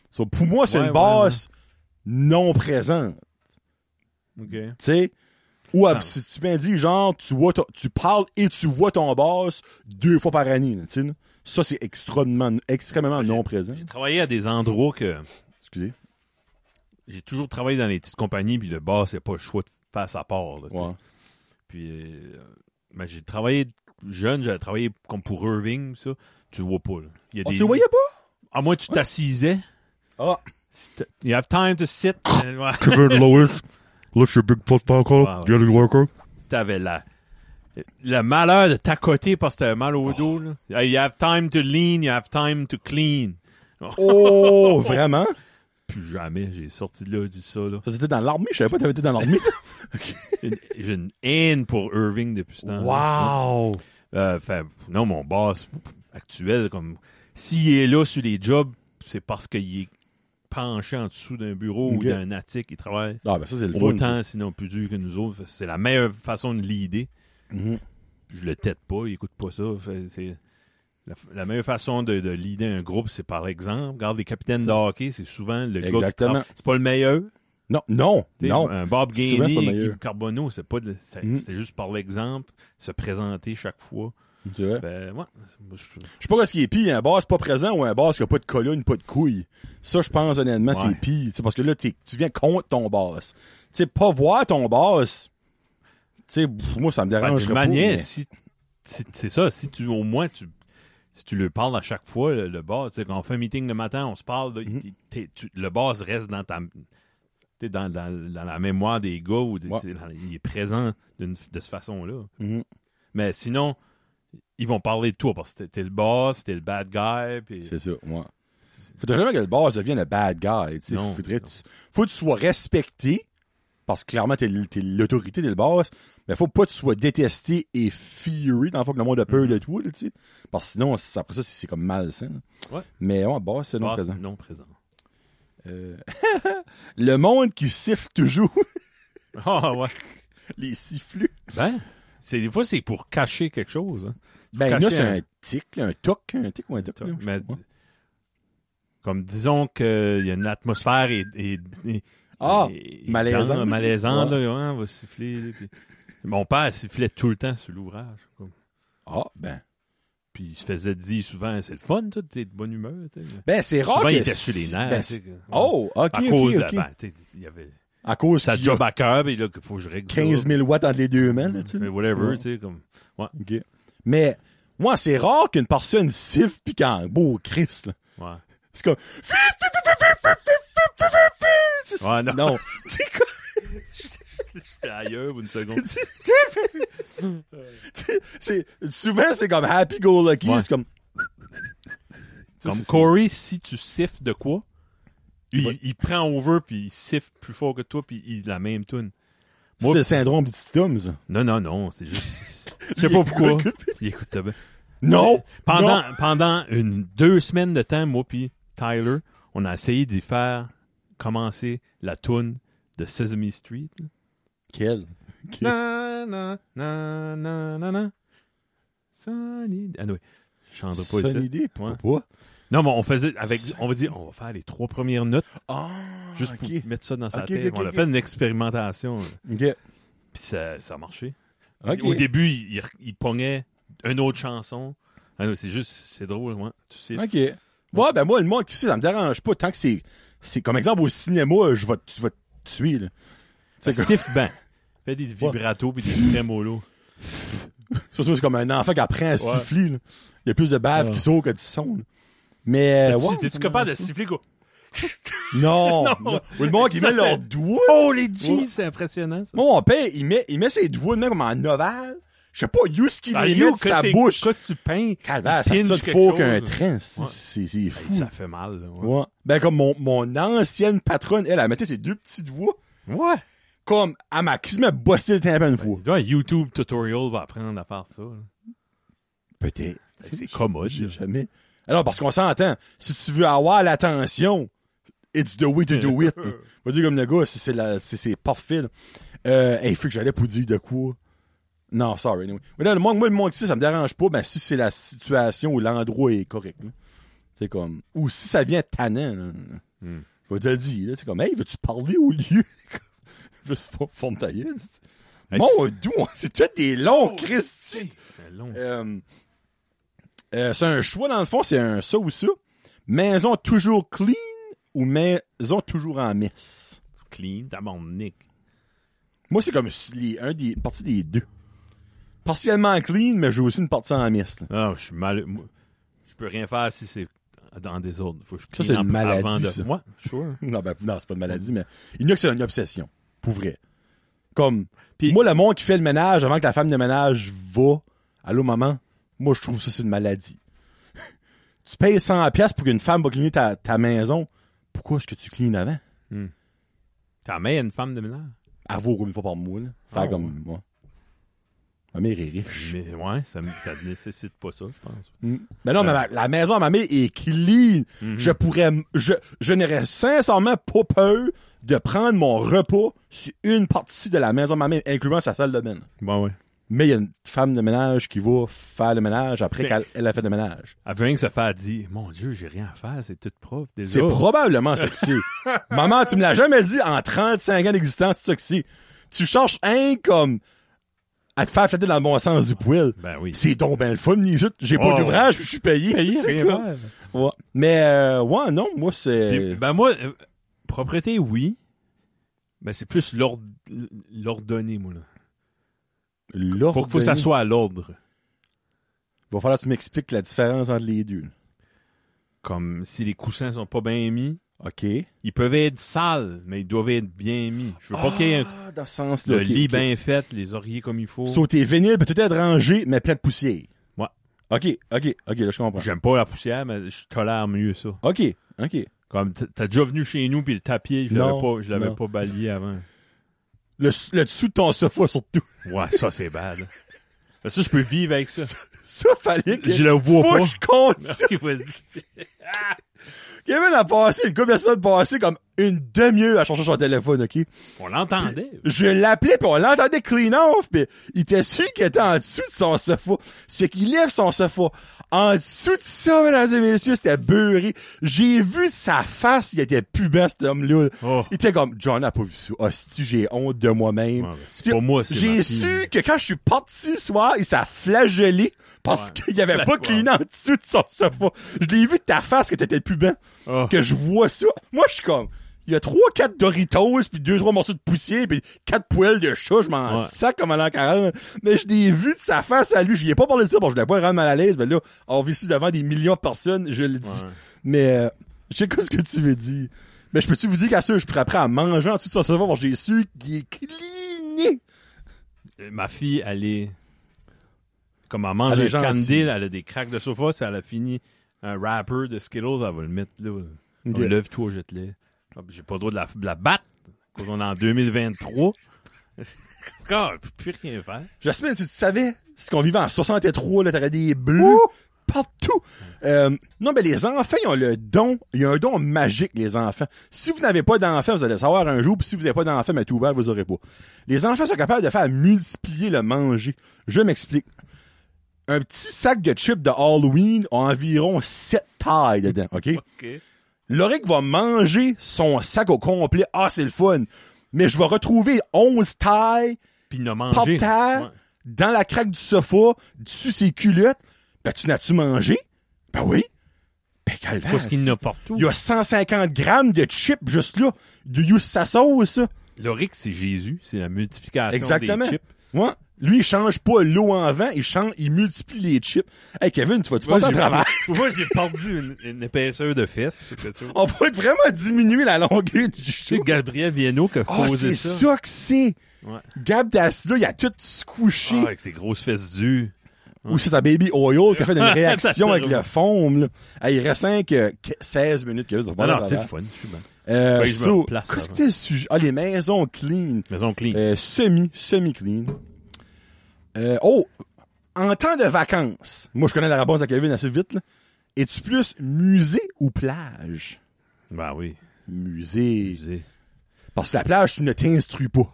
So, pour moi, c'est Ouais, une ouais, base non présente, OK. tu sais. Ou elle- Ah. si tu m'as dit, genre, tu vois, ton- tu parles et tu vois ton boss deux fois par année, là, tu sais, là. Ça, c'est extrêmement, extrêmement non présent. J'ai travaillé à des endroits que Excusez. j'ai toujours travaillé dans les petites compagnies, puis le bar, c'est pas le choix de faire sa part. là, tu sais. Ouais. Puis euh, ben, j'ai travaillé jeune, j'avais travaillé comme pour Irving, ça. Tu le vois pas. Là. Il y a Oh, des- tu le voyais pas? À moins que tu t'assisais. Ah. C'était- You have time to sit. Ouais. Kevin Lewis, lift your big foot buckle, Wow, get c'est it ça. worker. Si t'avais la le malheur de t'accoter parce que t'avais mal au Oh. dos. là. You have time to lean, you have time to clean. Oh, vraiment? Plus jamais, j'ai sorti de là du ça. Là. Ça, c'était dans l'armée. Je savais pas que t'avais été dans l'armée. Une- J'ai une haine pour Irving depuis ce temps. Wow. Euh, fait, non, mon boss actuel, comme s'il est là sur les jobs, c'est parce qu'il est penché en dessous d'un bureau Ok. ou d'un attic, il travaille Ah, ben ça, c'est le fun. ça. autant, sinon plus dur que nous autres. Fait, C'est la meilleure façon de l'idée. Mhm. Je le tête pas, il écoute pas ça. Fait, c'est la, la meilleure façon de, de leader un groupe, c'est par exemple, regarde les capitaines de hockey, c'est souvent le gars qui Exactement. travaille. C'est pas le meilleur. Non, non, T'sais, non. Un Bob Souvent, c'est pas Gainey, meilleur. Guy Carbonneau, c'est pas de- c'est- Mhm. c'était juste par l'exemple, se présenter chaque fois. Tu vois. Ben, ouais. Moi, je- Je sais pas ce qui est pire, un boss pas présent ou un boss qui a pas de colonne, pas de couille. Ça, je pense, honnêtement, Ouais. c'est pire. Tu sais, parce que là, t'es- tu viens contre ton boss. Tu sais, pas voir ton boss, tu sais, pff, moi, ça me Ben, dérange d'une manière, si, si- c'est ça, si tu, au moins, tu, si tu lui parles à chaque fois, le, le boss, tu sais, quand on fait un meeting le matin, on se parle, là, Mm-hmm. il- t'es- tu- le boss reste dans ta, t'es dans, dans- dans la mémoire des gars, ou des- Ouais. tu sais, dans- il est présent d'une- de cette façon-là. Mhm. Mais sinon, ils vont parler de toi, parce que t'es- t'es le boss, t'es le bad guy, puis C'est ça, ouais. Faudrait jamais que le boss devienne un bad guy. tu sais. Non, Faudrait que tu- faut que tu sois respecté, parce que clairement, t'es, l- t'es l'autorité, t'es le boss, mais faut pas que tu sois détesté et fearé dans le fond que le monde a Mm-hmm. peur de toi, là, tu sais. Parce que sinon, c'est- après ça, c'est, c'est comme malsain. là. Ouais. Mais ouais, boss, c'est non boss présent. non présent. Euh, le monde qui siffle toujours, Ah ouais. les sifflus. Ben, c'est, des fois, c'est pour cacher quelque chose. hein. Ben là, Cacher c'est un- un tic, là, un toc, un tic ou un toc. là, je Mais, sais pas. comme disons qu'il y a une atmosphère et, et- et- Ah, et- malaisante. dans- malaisante, Ouais. là, ouais, on va siffler. là, puis- Mon père sifflait tout le temps sur l'ouvrage. comme. Ah, ben. Puis il se faisait dire souvent, c'est le fun, toi, t'es de bonne humeur. tu sais. Ben, c'est rare souvent, que il était si- sur les nerfs. ben, tu sais, c'est- que- Oh, ok, à ok, cause de ok. ben, tu sais, il y avait à cause sa qu'il y a job à cœur, puis là, qu'il faut que je règle ça. 15 000 watts entre les deux mains, là, tu sais. Mais whatever, Ouais. tu sais, comme. Ouais, OK. Mais moi, c'est rare qu'une personne siffle pis qu'en beau Christ, là. ouais. C'est comme. Fif, fif, fif, fif, fif, fif, fif, fif, fif. Ouais, non. C'est quoi? J'étais ailleurs une seconde. C'est- Souvent, c'est comme happy go lucky. Ouais. C'est comme. Comme c'est- Corey, si tu siffles de quoi, il, Ouais. il prend over puis il siffle plus fort que toi puis il la même tune. C'est le syndrome du petit Tom, ça. Non, non, non, c'est juste. Je sais Il pas écoute. pourquoi. Il écoute bien. Non! Pendant, Non! pendant une, deux semaines de temps, moi puis Tyler, on a essayé d'y faire commencer la tune de Sesame Street. là. Quel? Na, na, na, na, na, na. Sunny. Ah, non, je chanterai pas Sonne ici. idée. Pourquoi pas? Non, mais on faisait avec, on va dire, on va faire les trois premières notes. Ah! juste ok. pour mettre ça dans sa Ok, tête. ok, on a ok. fait une expérimentation, là. Ok. puis ça, ça a marché. Ok. Au début, il, il- il pognait une autre chanson. Ah non, c'est juste, c'est drôle, ouais. tu sais. OK. Ouais, ben moi, le monde qui sait, ça me dérange pas tant que c'est. c'est Comme exemple, au cinéma, je vais, tu vas te tuer, là. Fait C'est que siffle ben. Fais des vibratos puis des tremolos. Ça, ça, c'est comme un enfant qui apprend à siffler. là. Il y a plus de bave Ouais. qui sort que du son. là. Mais. euh, Tu Eh, ouais, T'es-tu ça capable de marche. siffler quoi? Non! Non. non. Ou le monde qui Ça, met c'est- leurs doigts. Oh les G, c'est impressionnant ça. Moi, mon père, il met, il met ses doigts de même comme en ovale. Je sais pas, you ce qu'il Ah, est yo, de sa c'est- bouche. Qu'est-ce que tu peins? Calvaire, ça pinche saute quelque faux chose. Ben, qu'un train. C'est c'est- c'est Hey, fou. ça fait mal. là, ouais. Ouais. Ben, comme mon, mon ancienne patronne, elle, elle mettait ses deux petites voix. Ouais. Comme, elle m'a quasiment bossé le tympan une fois. Tu vois, un YouTube tutorial va apprendre à faire ça. là. Peut-être. Ben, C'est commode. J'ai jamais. Alors, parce qu'on s'entend, si tu veux avoir l'attention, it's the way to do it. Pas dire comme le gars, c'est- c'est la- c'est c'est parfait. là. Euh, hey, faut que j'allais pour dire de quoi. Non, sorry. Anyway. Mais non, moi, moi, le monde ici, ça me dérange pas, mais si c'est la situation où l'endroit est correct. là. C'est comme. Ou si ça vient tannant. là. Hmm. Je vais te le dire. là. C'est comme, hey, veux-tu parler au lieu? Juste for- forme ta gueule. Hey, Mon doux, c'est tout des longs, Christy. C'est long. Euh, euh, c'est un choix, dans le fond, c'est un ça ou ça. Maison toujours clean ou maison toujours en messe. Clean, t'as mon nick. Moi, c'est comme si les, un des, une partie des deux. Partiellement clean, mais j'ai aussi une partie en messe. là. Ah, je suis mal. moi, Je peux rien faire si c'est dans des ordres. Faut que je Ça, clean c'est une en- maladie, avant de- ça. Ouais, sure. Non, ben, non, c'est pas une maladie, mais il y en a que c'est une obsession. Pour vrai. Comme, Puis- moi, le monde qui fait le ménage avant que la femme de ménage va, allô, maman, moi, je trouve ça, c'est une maladie. tu payes 100$ piastres pour qu'une femme va cleaner ta, ta maison. Pourquoi est-ce que tu cleans avant? Ta mère est une femme de ménage. Elle vaut comme une fois par mois, là. Faire Ah, comme moi. Ma mère est riche. Mm. Mais ouais, ça ne nécessite pas ça, je pense. Mais Euh. non, mais ma- la maison à ma mère est clean. Mhm. Je pourrais, m- je, je n'aurais sincèrement pas peur de prendre mon repas sur une partie de la maison de ma mère, incluant sa salle de bain. Bon, ouais. Mais il y a une femme de ménage qui va faire le ménage après Fait- qu'elle elle a fait le ménage. Elle veut rien que se faire dire Mon Dieu, j'ai rien à faire, c'est tout propre. Déjà. C'est probablement ça que c'est. Maman, tu me l'as jamais dit en 35 ans d'existence, c'est ça que c'est. Tu cherches un comme à te faire fêter dans le bon sens du poil. Ben oui. C'est donc ben le fun, ni zut. J'ai Oh. pas d'ouvrage, puis je suis payé. C'est rien quoi? faire. Ouais. Mais euh, ouais, non, moi Puis, c'est. ben moi, euh, propreté, oui. Ben c'est plus l'ord- l'ordonner, moi. Là. L'ordre. Faut, faut que ça soit à l'ordre. Va falloir que tu m'expliques la différence entre les deux. Comme si les coussins sont pas bien mis. OK. Ils peuvent être sales, mais ils doivent être bien mis. Je veux pas qu'il y ait un- Ah, dans ce sens-là. le ok, lit ben ok. bien fait, les oreillers comme il faut. So, tes vinyles peut être rangé, mais plein de poussière. Ouais. OK, OK, OK, là, je comprends. J'aime pas la poussière, mais je tolère mieux ça. OK, OK. Comme t- t'as déjà venu chez nous puis le tapis, je l'avais Non, pas, je l'avais non. pas balayé avant. Le, s- le dessous de ton sofa, surtout. Ouais, ça c'est bad. Ça, je peux vivre avec ça. Ça, fallait que... Je le vois Faut pas. que je compte ça. Ok, vas-y. Kevin a passé, une couple de semaines passées, comme une demi-heure à changer son téléphone, OK? On l'entendait. Je l'appelais, puis on l'entendait clean off, mais il était sûr qu'il était en dessous de son sofa. C'est qu'il lève son sofa. En dessous de ça, mesdames et messieurs, c'était beurré. J'ai vu sa face, il était pubère, cet homme-là. Oh. Il était comme, John a pas vu ça. Hostie, j'ai honte de moi-même. Ouais, mais c'est pas moi, c'est J'ai ma fille. su que quand je suis parti le soir, il s'est flagellé parce Ouais. qu'il y avait pas Ouais. clean en dessous de son sofa. Je l'ai vu de ta face que t'étais pubère Oh. que je vois ça. Moi, je suis comme, il y a trois, quatre Doritos, puis deux, trois morceaux de poussière, puis quatre poêles de chat, je m'en Ouais. sac comme à l'an 40. Mais je l'ai vu de sa face à lui. Je lui ai pas parlé de ça, bon, je voulais pas le rendre mal à l'aise, mais là, on vit ici devant des millions de personnes, je le dis. Ouais. Mais, euh, je sais pas ce que tu veux dire. Mais je peux-tu vous dire qu'à ça, je pourrais prêt à manger en dessous de son sofa, parce que j'ai su qu'il est cligné. Euh, Ma fille, elle est. Comme elle mange Elle est un gentille. candil, elle a des craques de sofa, si elle a fini un wrapper de Skittles, elle va le mettre là. Ok. Comme, Lève-toi, jette-le. Ah, J'ai pas le droit de la, de la battre, parce qu'on est en 2023. Quand Ah, elle peut plus rien faire. Jasmine, si tu savais ce qu'on vivait en 63, là, t'aurais des bleus partout. Euh, non, mais les enfants, ils ont le don. Il y a un don magique, les enfants. Si vous n'avez pas d'enfants, vous allez le savoir un jour. Puis si vous n'avez pas d'enfants, mais tout bas, vous aurez pas. Les enfants sont capables de faire multiplier le manger. Je m'explique. Un petit sac de chips de Halloween a environ 7 tailles dedans, OK? OK. Loric va manger son sac au complet. Ah, c'est le fun. Mais je vais retrouver 11 tailles Puis il a par mangé. terre, Ouais. dans la craque du sofa, dessus ses culottes. Ben, tu n'as-tu mangé? Ben oui. Ben, calvaire. Parce qu'il en a partout. Il y a 150 grammes de chips juste là. De you, sa sauce, ça. Ah, L'oric, c'est Jésus, c'est la multiplication Exactement. des chips. Ouais. Lui, il change pas l'eau en vent, il change, il multiplie les chips. Hey, Kevin, tu vas-tu Moi, pas t'en j'ai- travail? Moi, j'ai perdu une, une épaisseur de fesses. c'est tout. On pourrait vraiment diminuer la longueur du Tu chou. sais, Gabriel Vienno qui a Ah, causé c'est ça. ça que c'est! Ouais. Gab Dasla, il a tout squishé. Ah, avec ses grosses fesses dues. Ou c'est sa baby oil qui a fait une réaction avec le Exactement. foam. Là. Hey, il reste 5, 16 minutes que là, ça va Non, pas Ah non, mal c'est le avant. fun. Je suis bien. Euh, Ben, je me so, replace Qu'est-ce que avant. c'était le sujet? Ah, les maisons clean. Maison clean. Euh, semi, semi-clean. Euh, oh! En temps de vacances, moi je connais la réponse à Kevin assez vite, là. Es-tu plus musée ou plage? Ben oui. Musée. musée. Parce que la plage, tu ne t'instruis pas.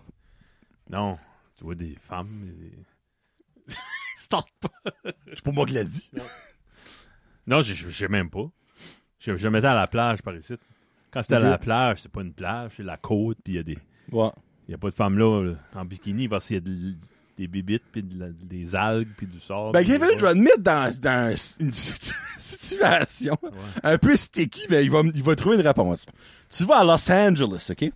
Non. Tu vois des femmes. des- Stop! C'est pour moi qui l'a dit. Non, j'ai- j'ai même pas. Je, je m'étais à la plage par ici. Quand c'était Ok. à la plage, c'est pas une plage, c'est la côte, puis il y a des. Ouais. Il n'y a pas de femmes là euh, en bikini parce qu'il y a de- des bibites, puis de la- des algues, puis du sable. Ben, puis Kevin, des- je vais admettre dans, dans une situ- situation un peu sticky, ben, il va, il va trouver une réponse. Tu vas à Los Angeles, OK?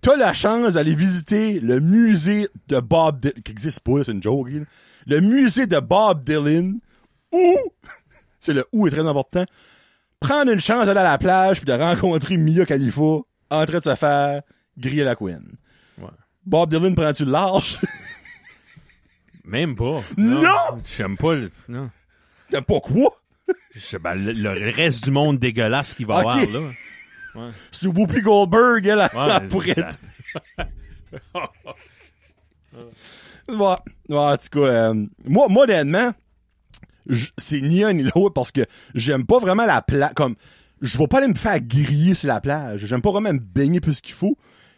T'as la chance d'aller visiter le musée de Bob Dylan, qui existe pas, c'est une joke, là. le musée de Bob Dylan, ou, c'est le ou est très important, prendre une chance d'aller à la plage puis de rencontrer Mia Khalifa en train de se faire griller la queen. Ouais. Bob Dylan, prends-tu le large? Même pas. Non! J'aime pas le. Non. T'aimes pas quoi? Je- ben, le, le reste du monde dégueulasse qu'il va Ok. avoir, là. C'est Whoopi Goldberg, elle, Ouais, elle mais pourrait ça- Ouais. Ouais, en tout cas, euh, moi, moi, honnêtement, je- c'est ni un ni l'autre parce que j'aime pas vraiment la plage. Comme, je vais pas aller me faire griller sur la plage. J'aime pas vraiment me baigner plus qu'il faut.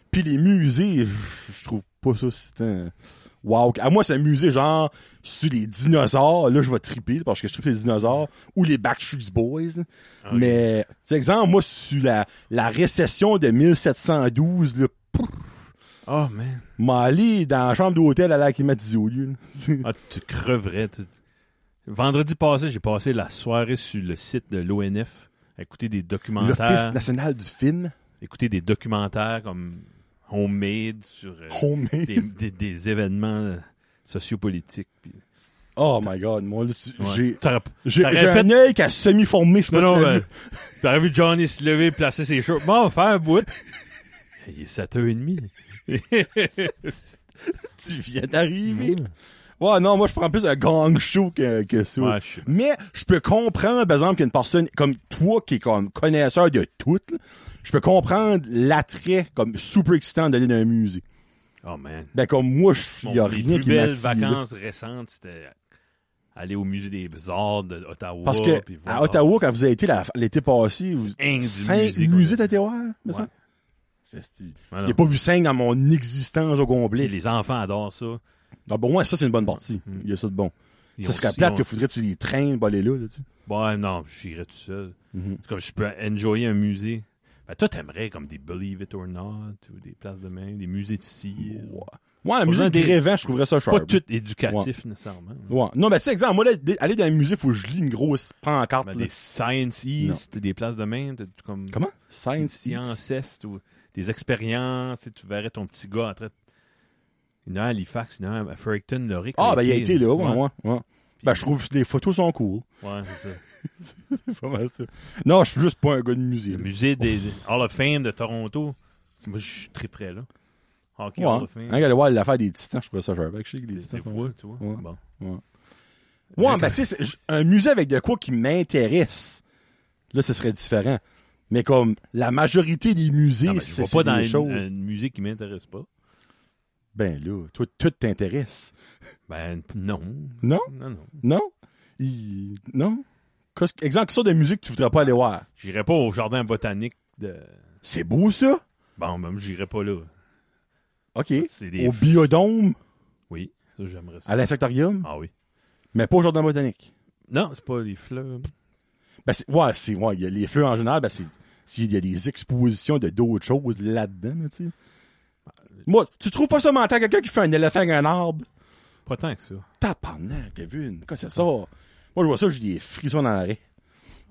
Puis les musées, je je trouve pas ça c'est un wow. À moi, c'est un musée genre sur les dinosaures. Là, je vais triper parce que je tripe les dinosaures ou les Backstreet Boys. Ah, Mais, c'est exemple, moi, sur la, la récession de 1712, là, Oh, man. m'a allé dans la chambre d'hôtel à l'air climatisé au lieu. là. Ah, tu creverais. tu- Vendredi passé, j'ai passé la soirée sur le site de l'ONF à écouter des L'Office documentaires. national du film, Écouter des documentaires comme Homemade sur euh, homemade. des, des- des événements euh, sociopolitiques. puis- Oh my god, moi, là, tu- Ouais. j'ai, T'aurais- j'ai, t'aurais j'ai fait- un œil qui a semi-formé, je sais Non, pas si t'as non, ben, vu. t'aurais vu Johnny se lever, placer ses cheveux. Bon, on va faire un bout. Il est 7h30. tu viens d'arriver. Ouais, non, moi, je prends plus un gang show que, que ça. Ouais, je sais pas. Mais, je peux comprendre, par exemple, qu'une personne comme toi, qui est comme connaisseur de tout, là, je peux comprendre l'attrait comme super excitant d'aller dans un musée. Oh, man. Ben, comme moi, je- Mon- il y a mes rien plus qui belles m'attire. vacances récentes, c'était aller au musée des Beaux-Arts d'Ottawa. Parce que, puis voir- à Ottawa, quand vous avez été la- l'été passé, vous, dingue du cinq musée qu'on musées a fait. d'été voir, me Ouais. semble? C'est sti- Ouais, Il non. n'y a pas vu cinq dans mon existence au Puis complet. les enfants adorent ça. Ah, bon, ouais, ça, c'est une bonne partie. Il y a ça de bon. Ils Ça ont- serait ils plate ont- que faudrait que tu les traînes, bah, les là, là, tu sais. Ouais, non, j'irais tout seul. Mhm. C'est Comme je peux enjoyer un musée. Ben, toi, t'aimerais comme des Believe It or Not ou des places de main, des musées de cire. Ouais, la musique besoin des des- rêvants, je trouverais ça Pas sharp. tout éducatif, nécessairement. Ouais. Non, mais c'est exemple, moi, là, d- aller dans un musée, faut que je lis une grosse pancarte. Ben, là. des Science East, des places de main, t'as tout comme. Comment? Science Science Est ou des expériences. et Tu verrais ton petit gars en train de. Il y en a à Halifax, il y en a à Fredericton, Lorick. Ah, ben, il a été là, ouais, ouais, ouais. Ben, Puis- je trouve que les photos sont cool. Ouais, c'est ça. C'est pas mal ça. Non, je suis juste pas un gars de musée. Le là. musée des Hall of Fame de Toronto. Moi, je suis très près, là. Hockey Hall Ouais. of Fame. Hein, aller voir l'affaire des titans, je trouverais ça sharp. Je sais que les Des, titans des sont- fois, tu vois. Ouais. Bon. Ouais, ben, tu sais, c'est- j- un musée avec de quoi qui m'intéresse, là, ce serait différent. Mais comme la majorité des musées, Non, mais je c'est vais sur pas dans des choses. une, une musique qui m'intéresse pas. Ben là, toi, tout t'intéresse. Ben, non. Non? Non, non. Non? Il- Non? Qu'est-ce que- Exemple, quelle sorte de musique tu voudrais pas aller voir? J'irai pas au jardin botanique de. C'est beau, ça? Bon, même, j'irai pas là. OK. C'est des- Au biodôme, Oui, ça, j'aimerais ça. à l'insectarium, Ah oui. mais pas au jardin botanique. Non, c'est pas les fleurs. Ben, c'est- ouais, c'est, ouais, il y a les fleurs en général, ben, c'est, c'est- il y a des expositions de d'autres choses là-dedans, là, tu sais. Moi, tu trouves pas ça mental quelqu'un qui fait un éléphant avec un arbre? Pas tant que ça. Tabarnak, Kevin, quand c'est ça? Moi, je vois ça, j'ai des frissons dans l'arrêt.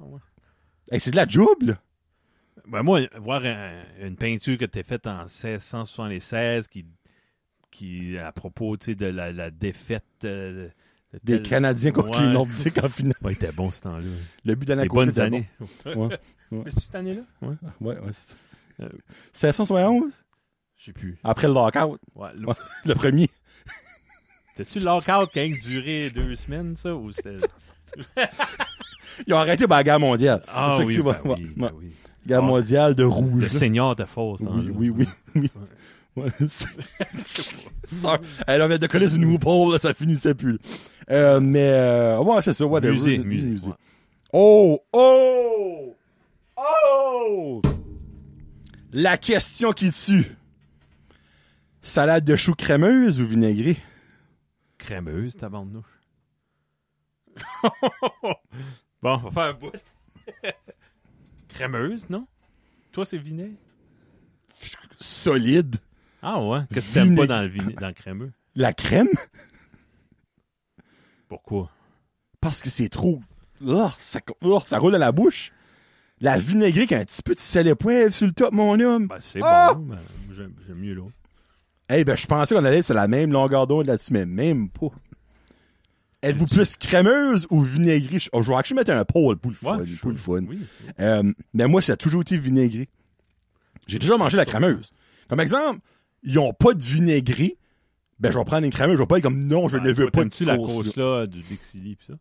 Ah ouais. Hey, c'est de la job, là. Ben moi, voir un- une peinture que t'as faite en 1676 qui, qui, à propos tu sais, de la, la défaite euh, de Des tel- Canadiens contre Ouais. les Nordiques en finale. Ouais, il était bon ce temps-là. Le but Les d'Anna bonnes années. Ouais. Ouais. Mais c'est cette année-là? Ouais, ouais, c'est ça. Euh. 771? Je sais plus. Après le lockout, Ouais, là, Ouais. le premier. C'était-tu le lockout qui a rien que duré deux semaines, ça? Ou c'était... Ils ont arrêté par la guerre mondiale. Ah C'est ça que oui, c'est, ben ouais, oui, ouais, ben ouais. oui. Guerre Ah. mondiale de rouge. Le seigneur de hein, force. dans Oui, le- oui, oui, oui. Ouais, c'est- Sorry. Elle avait de coller sur une loophole, là, ça finissait plus. Euh, mais, euh, ouais, c'est ça, whatever. Musée, Le- musée, le ouais. Oh, oh, oh! La question qui tue. Salade de choux crémeuse ou vinaigrée? Crémeuse, ta bande nous. bon, on va faire un bout. Crémeuse, non? Toi, c'est vinaigre? Solide. Ah ouais? Qu'est-ce que t'aimes pas Vinaigre. dans le, vinaigre, dans le crémeux? La crème? Pourquoi? Parce que c'est trop. Ah, ça, co- ah, ça roule dans la bouche. La vinaigrée qui a un petit peu de sel et poivre sur le top, mon homme. Ben, c'est Ah! bon, mais j'aime, j'aime mieux l'autre. Eh ben, je pensais qu'on allait être sur la même longueur d'onde là-dessus, mais même pas. Êtes-vous plus crémeuse ou vinaigrée? Je, oh, je vais actually mettre un pôle pour le fun. je- pour le fun. Oui. Euh, mais moi, ça a toujours été vinaigré. J'ai toujours mangé la crémeuse. Comme exemple, ils ont pas de vinaigré. Ben, je vais prendre une crémeuse. Je vais pas être comme, non, je ne veux pas tu de la course, cause là. là du Dixili pis ça?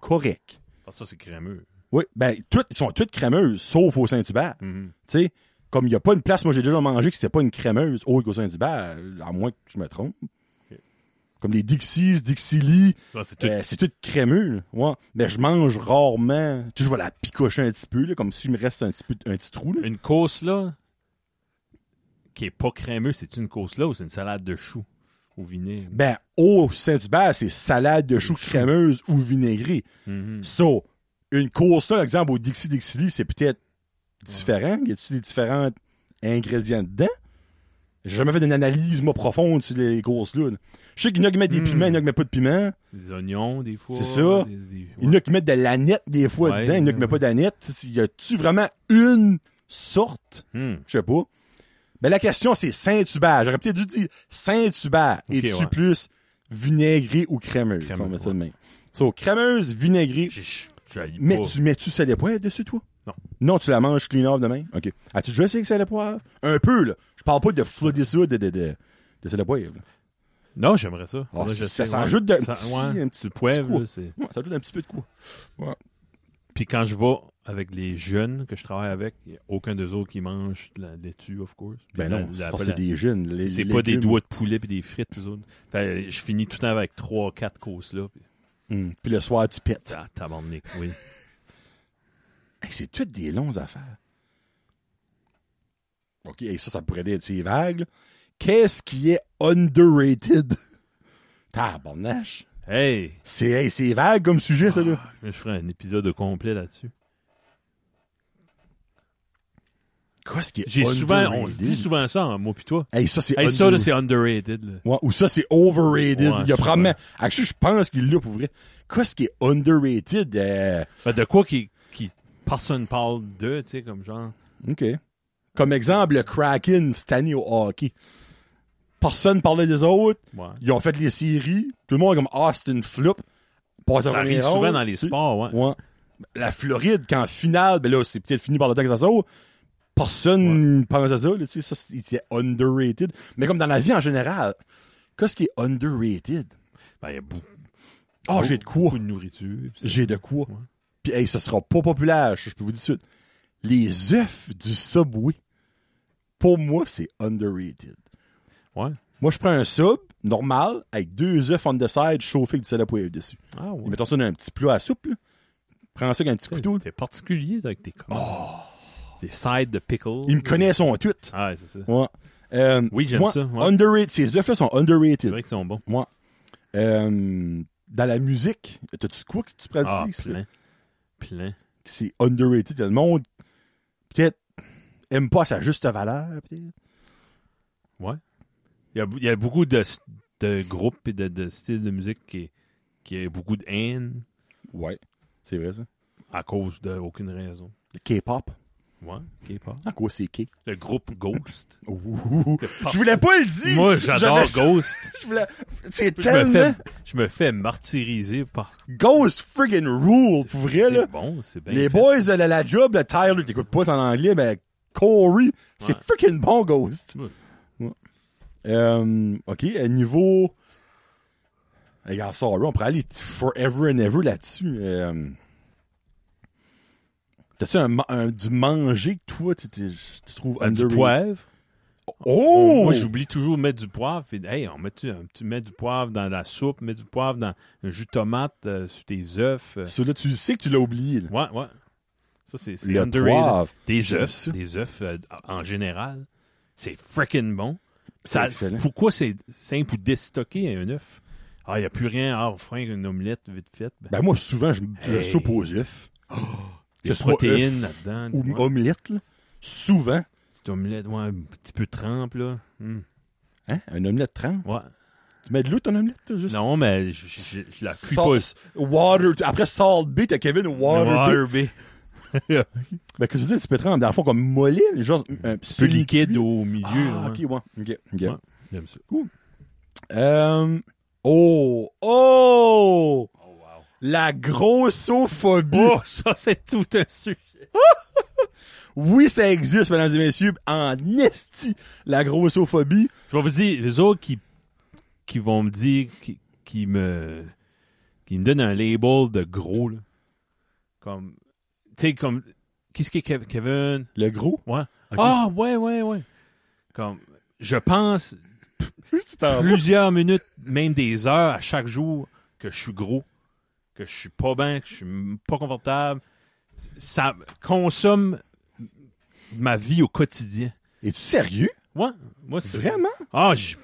Correct. Parce que ça, c'est crémeux. Oui, ben, toutes, ils sont toutes crémeuses, sauf au Saint-Hubert. Tu sais, comme il n'y a pas une place, moi, j'ai déjà mangé que c'était pas une crémeuse autre qu'au Saint-Hubert, à moins que je me trompe. Comme les Dixies, Dixili, Ah, c'est tout. euh, c'est tout crémeux. là. Ouais. Mais je mange rarement. Tu sais, je vais la picocher un petit peu, là, comme s'il me reste un petit, peu, un petit trou. là. Une course là qui est pas crémeux, c'est une course là ou c'est une salade de choux au vinaigre? Ben, au Saint-Hubert, c'est salade de choux crémeuse ou vinaigrée. Mhm. So, une course, par exemple, au Dixie Dixili, c'est peut-être différent. Y a-tu des différents ingrédients dedans? J'ai jamais fait une analyse, moi, profonde sur les courses-là. là. Je sais qu'il y en a qui mettent des Hmm. piments, il y en a qui mettent pas de piments. Des oignons, des fois. C'est ça. des- des- Il y en a qui mettent de l'aneth des fois Ouais, dedans, il y en a ouais, qui mettent pas ouais. d'aneth. Tu sais, Y a-tu vraiment une sorte? Hmm. Je sais pas. Mais la question, c'est Saint-Hubert. J'aurais peut-être dû dire Saint-Hubert. Ok, Es-tu ouais. plus vinaigré ou crémeuse? Crémeuse, on va mettre ça de même. So, crémeuse, vinaigrée. J'ai- j'ai- j'haïs Mais pas. tu mets-tu sel et poivre dessus, toi? Non. Non, tu la manges clean off de même? OK. As-tu déjà essayé avec sel et poivre? Un peu, là. Je parle pas de flotter ça de, de, de, de sel et poivre. là. Non, j'aimerais ça. Ah, Là, ça- je ça sais, s'ajoute d'un Ça- petit- ouais, un petit- poivre, petit coup. là, c'est- Ouais, ça ajoute un petit peu de quoi. Puis quand je vais avec les jeunes que je travaille avec, y a aucun d'eux autres qui mange de la laitue, of course. Puis Ben la- non, la- c'est la- parce que c'est des jeunes. les- C'est les pas des légumes. doigts de poulet puis des frites, les autres. Fait, je finis tout le temps avec trois, quatre courses là. Puis, Hmm. Puis le soir, tu pètes. ah, tabarnak, oui. Hey, c'est toutes des longues affaires. OK, hey, ça, ça pourrait être c'est vague. là. Qu'est-ce qui est underrated? Tabarnache. Hey! C'est hey, c'est vague comme sujet, ça, là. Je ferai un épisode complet là-dessus. Qu'est-ce qui est J'ai souvent, on se underrated? dit souvent ça, hein, moi puis toi. Hey, ça, c'est Hey, ça, là, underrated. c'est underrated. là. Ouais, ou ça, c'est overrated. Ouais, il y a c'est probablement. Actually, je pense qu'il l'a pour vrai. Qu'est-ce qui est underrated? euh, Fait Ben, de quoi qui, qui personne parle de, tu sais, comme genre. OK. Comme exemple, le Kraken cette année au hockey. Personne parlait des autres. Ouais. Ils ont fait les séries. Tout le monde est comme ah, Austin Flip. Passe Ça à arrive première souvent ronde, dans les tu sais. sports, ouais. Ouais. La Floride, qu'en finale, ben là, c'est peut-être fini par le temps que ça sort. Personne pense à ça, là, tu sais, ça, c'est c'est underrated. Mais comme dans la vie en général, qu'est-ce qui est underrated? Ben, il y a beaucoup, Ah, j'ai de quoi. beaucoup de nourriture. puis c'est- J'ai de quoi. Puis, hey, ce sera pas populaire, ça, je peux vous dire tout de suite. Les œufs du Subway, pour moi, c'est underrated. Ouais. Moi, je prends un sub normal avec deux œufs on the side chauffés avec du sel à poivre dessus. Ah, Et ouais. mettons ça dans un petit plat à soupe. là. Prends ça avec un petit couteau. T'es particulier avec tes commandes. Des sides de pickle. Oh. Il me connaît son tweet. Ah, ouais, c'est ça. Ouais. Euh, Oui, j'aime moi, ça, ouais. Underrated. Ces œufs-là sont C'est underrated. vrai qu'ils sont bons. Moi. Euh, dans la musique, t'as-tu quoi que tu pratiques? Ah, ça? plein. Plein. que c'est underrated. Le monde, peut-être, aime pas sa juste valeur, peut-être. Il y a, il y a beaucoup de, de groupes et de, de styles de musique qui, qui a beaucoup de haine Ouais. C'est vrai, ça. à cause d'aucune raison. Le K-pop. Ouais, K-pop. En quoi c'est qui? Le groupe Ghost. Ouh. Je voulais pas le dire! Moi, j'adore J'avais ça- Ghost. Je voulais- C'est Je me, fais, tellement... je me fais martyriser par. Ghost friggin' rule, pour vrai, là. C'est bon, c'est bien. Les Ben, fait. boys de la, la job, le Tyler, t'écoutes pas en anglais, mais Corey, c'est Ouais. freaking bon, Ghost. Ouais. Ouais. Euh, OK, à niveau... Les gars, ça, on pourrait aller t- forever and ever là-dessus. Euh, T'as-tu un, ma- un- du manger que toi, tu tu- tu trouves Euh, du underrated? poivre. Oh! Moi, j'oublie toujours de mettre du poivre. Puis, hey, on met, tu, mets du poivre dans la soupe, mets du poivre dans un jus de tomate, euh, sur tes œufs. euh. Celui-là, tu le sais que tu l'as oublié. là. Ouais, ouais. Ça, c'est c'est Le underrated. poivre. Des J'aime œufs. ça. Des œufs euh, en général. C'est freaking bon. Ça, excellent. pourquoi c'est simple ou déstocker un œuf? Ah, il n'y a plus rien. Ah, on fera une omelette vite faite. Ben, Ben moi, souvent, je, je Hey. soupe aux œufs. des ce soit protéines œuf là-dedans. Ou hum- ouais. omelette, là. Souvent. Petite omelette, ouais, un petit peu de trempe, là. Hum, Hein? Un omelette 30. Ouais. Tu mets de l'eau, ton omelette, là, juste? Non, mais je, je- je- je la cuis Salt- pas. Water. Après Salt Bay, t'as Kevin Water, Bay. Bay. Ben, qu'est-ce que tu dis? Tu peux te rendre, dans le fond, comme mollet, là, genre, un petit C'est peu liquide au milieu. Ah, ouais. ok, ouais. Ok, ok. Ouais. J'aime ça. Euh, oh, oh! La grossophobie. Oh, ça, c'est tout un sujet. Oui, ça existe, mesdames et messieurs, en esti, la grossophobie. Je vais vous dire, les autres qui, qui vont me dire, qui, qui me, qui me donnent un label de gros, là. Comme, tu sais, comme, qu'est-ce qui est Kev- Kevin? Le gros? Ouais. Ah, ouais, ouais, ouais. Comme, je pense Tu t'en vas. plusieurs minutes, même des heures à chaque jour que je suis gros, que je suis pas bien, que je suis m- pas confortable. Ça consomme ma vie au quotidien. Es-tu sérieux? Ouais, moi, c'est. Vraiment? Ah, je- Tu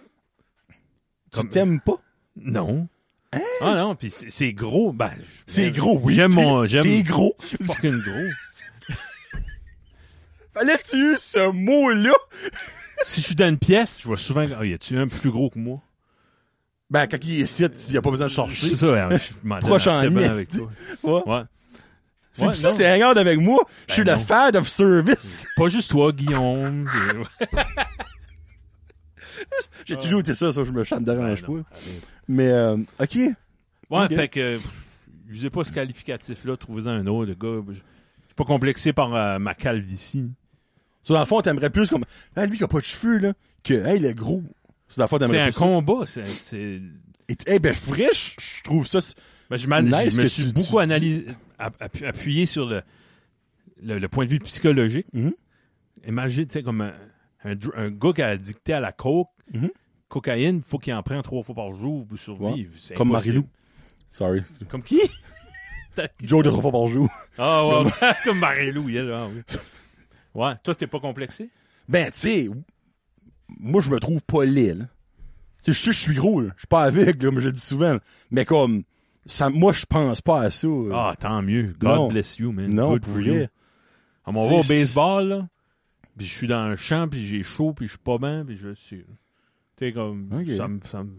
Comme- t'aimes pas? Non. Ah non, puis c'est c'est gros. Ben, je- Hein? C'est gros, oui. J'aime mon. T'es- J'aime. T'es gros. fucking gros. Fallait-tu uses ce mot-là? si je suis dans une pièce, je vois souvent. Ah, y a-tu un plus gros que moi? Ben, quand il est ici, il n'y a pas besoin de chercher. C'est ça, hein, je m'entends Proche en assez esti. bien avec toi. Ouais. Ouais. C'est Ouais, pour ça non. que c'est regarde avec moi. Je suis Ben le non. fan of service. Pas juste toi, Guillaume. J'ai toujours été ça, ça, je me chante, dérange Ben Ah. non, pas. Mais, euh, OK. Ouais, Ok. fait que pff, usez pas ce qualificatif-là, trouvez-en un autre, le gars. Je je suis pas complexé par euh, ma calvitie. So, dans le fond, t'aimerais plus comme, ah, lui qui a pas de cheveux, là, que, hey, le gros. So, dans le fond, C'est t'aimerais un plus. combat. c'est- C'est. ça. Et- Hey, ben, fraîche, je trouve ça. c'est- Ben, je, m'an- Nice je me que suis tu- beaucoup tu analysé, app- app- appuyé sur le, le, le point de vue psychologique. Mhm. Imagine, tu sais, comme un, un, dr- un gars qui a addicté à la coke, Mhm. cocaïne, faut qu'il en prenne trois fois par jour pour survivre. C'est Comme impossible. Marilou. Sorry. Comme qui? Joe de Refa Bonjour. Ah ouais, comme Marilou, elle, ah oui. Ouais, toi, t'es pas complexé? Ben, tu sais, moi, je me trouve pas laid, là. Tu sais, je sais que je suis gros, là. Je suis pas avec, là, mais je le dis souvent. là. Mais comme, ça, moi, je pense pas à ça. là. Ah, tant mieux. God Non. bless you, man. non, Good pour for you. vrai. On va au C'est- baseball, là. Puis je suis dans le champ, puis j'ai chaud, puis je suis pas bien, puis je suis. Tu sais, comme. Ok. Ça, me, ça, me,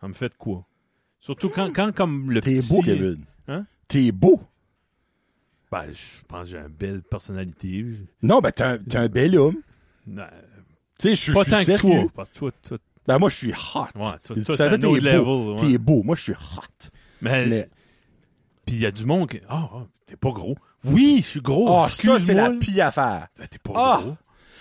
ça me fait de quoi? Surtout quand, quand comme le T'es petit. beau, Kevin. Hein? T'es beau. Ben, je pense que j'ai une belle personnalité. Je- Non, ben, t'es un, t'es un bel homme. non, Tu sais, je suis pas je suis tant que sérieux. toi. Parce que toi, toi- Ben, moi, je suis hot. Ouais, toi- Tu toi, sais, c'est un t'es autre beau. level, ouais. T'es beau. Moi, je suis hot. Mais. Mais- Puis il y a du monde qui. Ah, ah, t'es pas gros. Oui, je suis gros. Ah, ça, c'est la excuse-moi, là. pire affaire. Ben, T'es pas Ah! gros.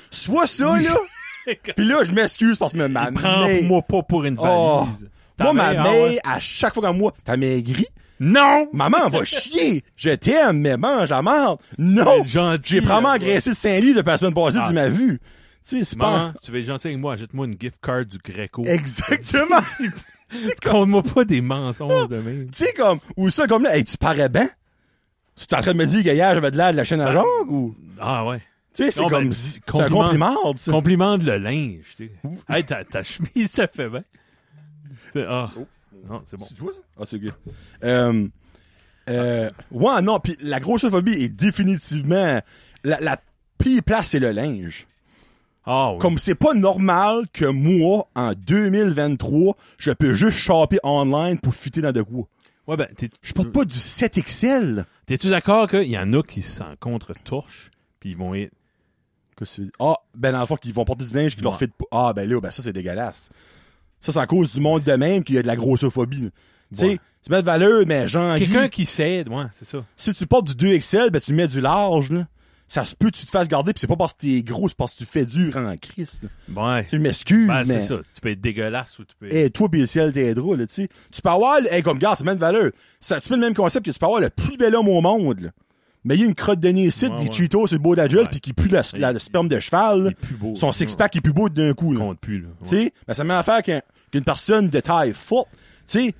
Soit ça, là. Puis là, je m'excuse parce que ma mère. Prends-moi pas pour une Oh. valise. Ta Moi, ma mère, ah ouais. mère, à chaque fois qu'elle moi, t'as maigri. Non! Maman va chier. Je t'aime, mais mange la merde. Non! Elle est gentille, J'ai probablement là, agressé de Saint-Louis depuis la semaine passée, Ah. tu m'as vu. Tu sais, c'est Maman, pas... Eh, si tu veux être gentil avec moi, achète-moi une gift card du Greco. Exactement! tu Compte-moi pas des mensonges de même. sais, comme... Ou ça, comme là, hey, tu parais bien. Tu t'es en train de me dire que hier, j'avais de l'air de la chaîne à genre, ou... Ah ouais. Tu sais, Eh, c'est Ben, Non, ben, comme... dis- c'est un compliment- compliment, tu sais. Complimente le linge. tu sais. Hey, ta, ta chemise, ça fait bien. Tu sais, Ah. Non, c'est bon. toi, ça? Ah, c'est good. Euh, euh, ouais, non, puis la grossophobie est définitivement... La, la pire place, c'est le linge. Ah oui. Comme c'est pas normal que moi, en 2023, je peux juste shopper online pour fitter dans de quoi. Ouais, ben, t'es- Je porte pas du 7XL. t'es-tu d'accord qu'il y en a qui s'en contre-torchent, puis ils vont être... Qu'est-ce que tu veux dire? Ah, ben dans le fond, qu'ils vont porter du linge qui leur Ouais. fait de... Ah, ben là, ben ça, c'est dégueulasse. Ça, c'est en cause du monde de même qu'il y a de la grossophobie. là. Tu sais, Ouais. tu mets de valeur, mais genre, Quelqu'un qui cède, ouais, c'est ça. si tu portes du 2XL, ben tu mets du large, là. Ça se peut que tu te fasses garder, pis c'est pas parce que t'es gros, c'est parce que tu fais dur en Christ. là. Ouais. Tu m'excuses, Ben, mais... Eh. c'est ça. Tu peux être dégueulasse ou tu peux. Et toi, pis le ciel t'es drôle, là, tu sais. Tu peux avoir, le- hey, comme gars, c'est même de valeur. Ça, tu fais le même concept que tu peux avoir le plus bel homme au monde, là. Mais il y a une crotte de nez ici, Ouais, des ouais. Cheetos sur le beau d'Agile, Ouais. pis qui pue la, la- le sperme de cheval, là. Il est plus beau. Son six-pack est plus beau d'un coup, Ouais, là. compte plus, là. Tu sais, ben, ça m'a affaire qu'un- qu'une personne de taille forte, tu sais,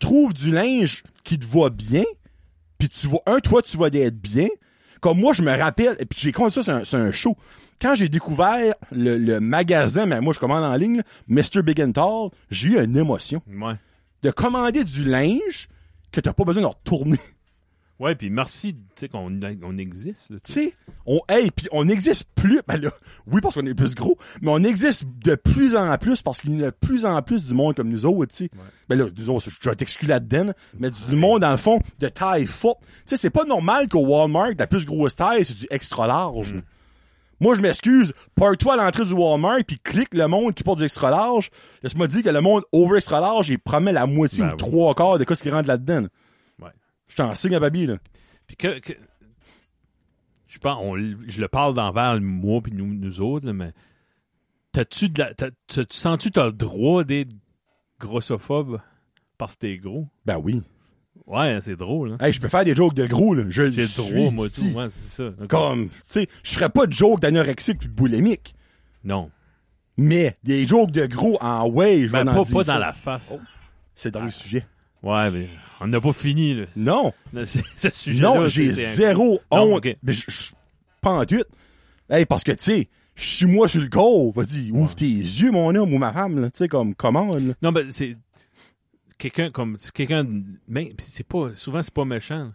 trouve du linge qui te va bien, puis tu vois, un, toi, tu vas d'être bien. Comme moi, je me rappelle, et puis j'ai compté ça, c'est un, c'est un show. Quand j'ai découvert le, le magasin, mais moi, je commande en ligne, là, Mr. Big and Tall, j'ai eu une émotion Ouais. Ouais. de commander du linge que t'as pas besoin de retourner. Ouais, puis merci, tu sais, qu'on on existe. là, tu tu sais. sais, on, hey, puis on n'existe plus, ben là, oui, parce qu'on est plus gros, mais on existe de plus en plus parce qu'il y a de plus en plus du monde comme nous autres, tu sais. Ben là, disons, je je vais t'excuser là-dedans, mais du du monde, dans le fond, de taille forte. Tu sais, c'est pas normal qu'au Walmart, la plus grosse taille, c'est du extra large. Mm. là. Moi, je m'excuse, pars-toi à l'entrée du Walmart, puis clique le monde qui porte du extra large. Laisse-moi dire que le monde over extra large, il promet la moitié Ben ou oui. trois quarts de quoi ce qui rentre là-dedans. là. Ouais. Je t'en signe à Babi, là. Puis que, que- je pense, on, l- je le parle d'envers moi puis nous, nous autres, là, mais t'as-tu de la, t'as- t'as- tu sens-tu t'as le droit d'être grossophobe parce que t'es gros? Ben oui. Ouais, c'est drôle, hein? Hey, je peux faire des jokes de gros, là. Je le J'ai le droit, suis. moi, si. tout. Ouais, c'est ça. Comme, tu sais, je ferais pas de jokes d'anorexique puis de boulimique, Non. mais des jokes de gros en way, je vais Mais en Ben, pas, dire pas ça. dans la Ah. face. Oh. C'est dans le sujet. Ouais, mais on n'a pas fini, là. Non, C'est- Ce sujet-là. non, j'ai c'est- c'est- zéro Non, honte. ok. Mais je je- pas en tweet. Hey, parce que, tu sais, je suis moi sur le corps. Vas-y, ouvre tes yeux, mon homme ou ma femme, là. Tu sais, comme, comment, là. Non, mais c'est quelqu'un comme c'est quelqu'un de- mais pis c'est pas souvent c'est pas méchant. là.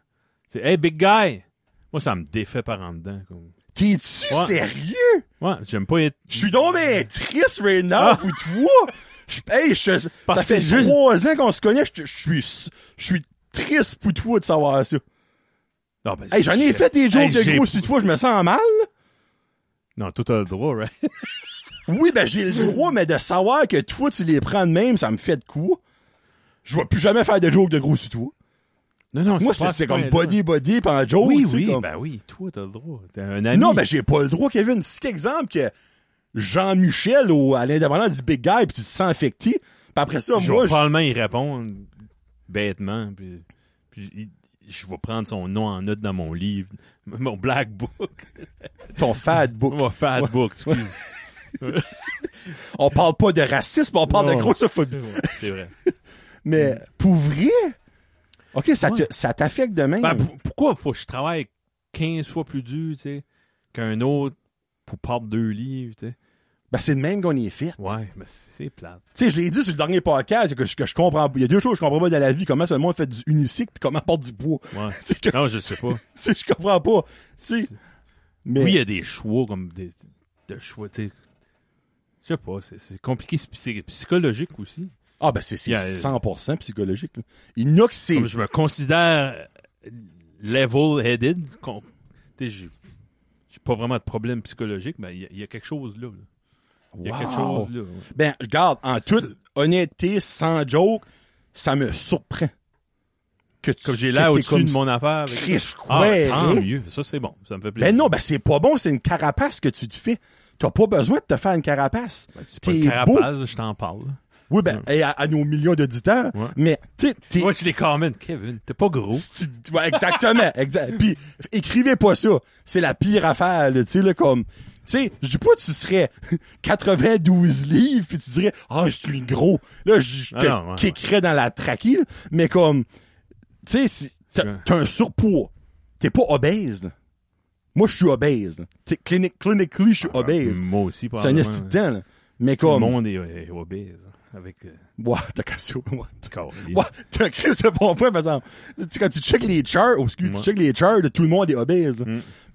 C'est hey big guy. Moi ça me défait par en dedans comme. T'es-tu Ouais. sérieux? Ouais, j'aime pas être Je suis donc bien triste right now, vous te vois. Je- Hey, je- ça Parce fait que juste- trois ans qu'on se connaît, je te- je suis, s- je suis triste pour toi de savoir ça. Non, ben, Hey, j'en ai j'ai- fait des jokes Hey, de j'ai- gros sur toi, je me sens mal. Non, tout a le droit, right? Oui, ben j'ai le droit, mais de savoir que toi, tu les prends de même, ça me fait de quoi? Je vais plus jamais faire de jokes de gros sur toi. Non non, Moi, pas c'est à ce c'est comme point-là. body, body, pis en joke. Oui, tu sais, oui, comme- ben oui, toi t'as le droit. T'es un ami. Non, ben j'ai pas le droit, Kevin. C'est qu'exemple que Jean-Michel au, à l'indépendant dit big guy, pis tu te sens affecté. Pis après ça, je moi, vais je- probablement y répondre bêtement puis puis il- je vais prendre son nom en note dans mon livre, mon black book, ton fat book. mon fat book, excuse. On parle pas de racisme, on parle Non. Mm. de grossophobie. c'est vrai. Mais pour vrai, ok, ça te- ça t'affecte de même. Ben, pour- pourquoi faut que je travaille 15 fois plus dur, tu sais, qu'un autre pour perdre deux livres, tu sais? Ben, c'est de même qu'on y est fait. Ouais, mais c'est c'est plate. Tu sais, je l'ai dit sur le dernier podcast, que, je- que je comprends, il y a deux choses que je comprends pas dans la vie, comment seulement on fait du unicycle puis comment on porte du bois. Ouais. Tu sais, que- non, je sais pas. tu sais, je comprends pas. Tu sais, mais Oui, il y a des choix comme des de choix, tu sais. Je sais pas, c'est- c'est compliqué, c'est- c'est psychologique aussi. ah ben c'est c'est il y a- 100% psychologique. là. Il y en a que c'est Comme je me considère level-headed, con- tu sais, j'ai j'ai pas vraiment de problème psychologique, mais il y a- il y, a quelque chose là. là. Il y a quelque Wow. chose là. ouais. ben regarde en toute honnêteté sans joke, ça me surprend que tu Comme j'ai que l'air t'es au-dessus comme- de mon affaire. Avec... Chris, je ah, croyais, tant hein. mieux. Ça, c'est bon. Ça me fait plaisir. Ben non, ben c'est pas bon, c'est une carapace que tu te fais. T'as pas besoin de te faire une carapace. Ben, C'est pas T'es une beau. carapace, je t'en parle. Oui, ben, et à, à nos millions d'auditeurs. Ouais. Mais, tu sais, t'es- Moi, je les commente. Kevin, t'es pas gros. Sti- ouais, exactement, exact. Puis écrivez pas ça, c'est la pire affaire, là, tu sais là comme tu sais, je dis pas tu serais 92 livres puis tu dirais "Ah, je suis gros." Là, je je te Ah non, ouais, kickerais dans la trachée, là. mais comme tu sais, si- t'as t'as un surpoids. T'es pas obèse. là. Moi, je suis obèse. là. T'es clinic clinically, je suis obèse. Moi aussi, Ah, mm, pas Ah, ben, C'est un esti de dent, là. Mais Tout le comme monde est, est obèse. Avec. Euh, ouais, t'as cassé ouais. du corps. Ouais, t'as un Chris de bon point, par exemple. Tu sais, quand tu checkes les charts, oh, excuse, tu Ouais. checkes les charts, tout le monde est obèse. là.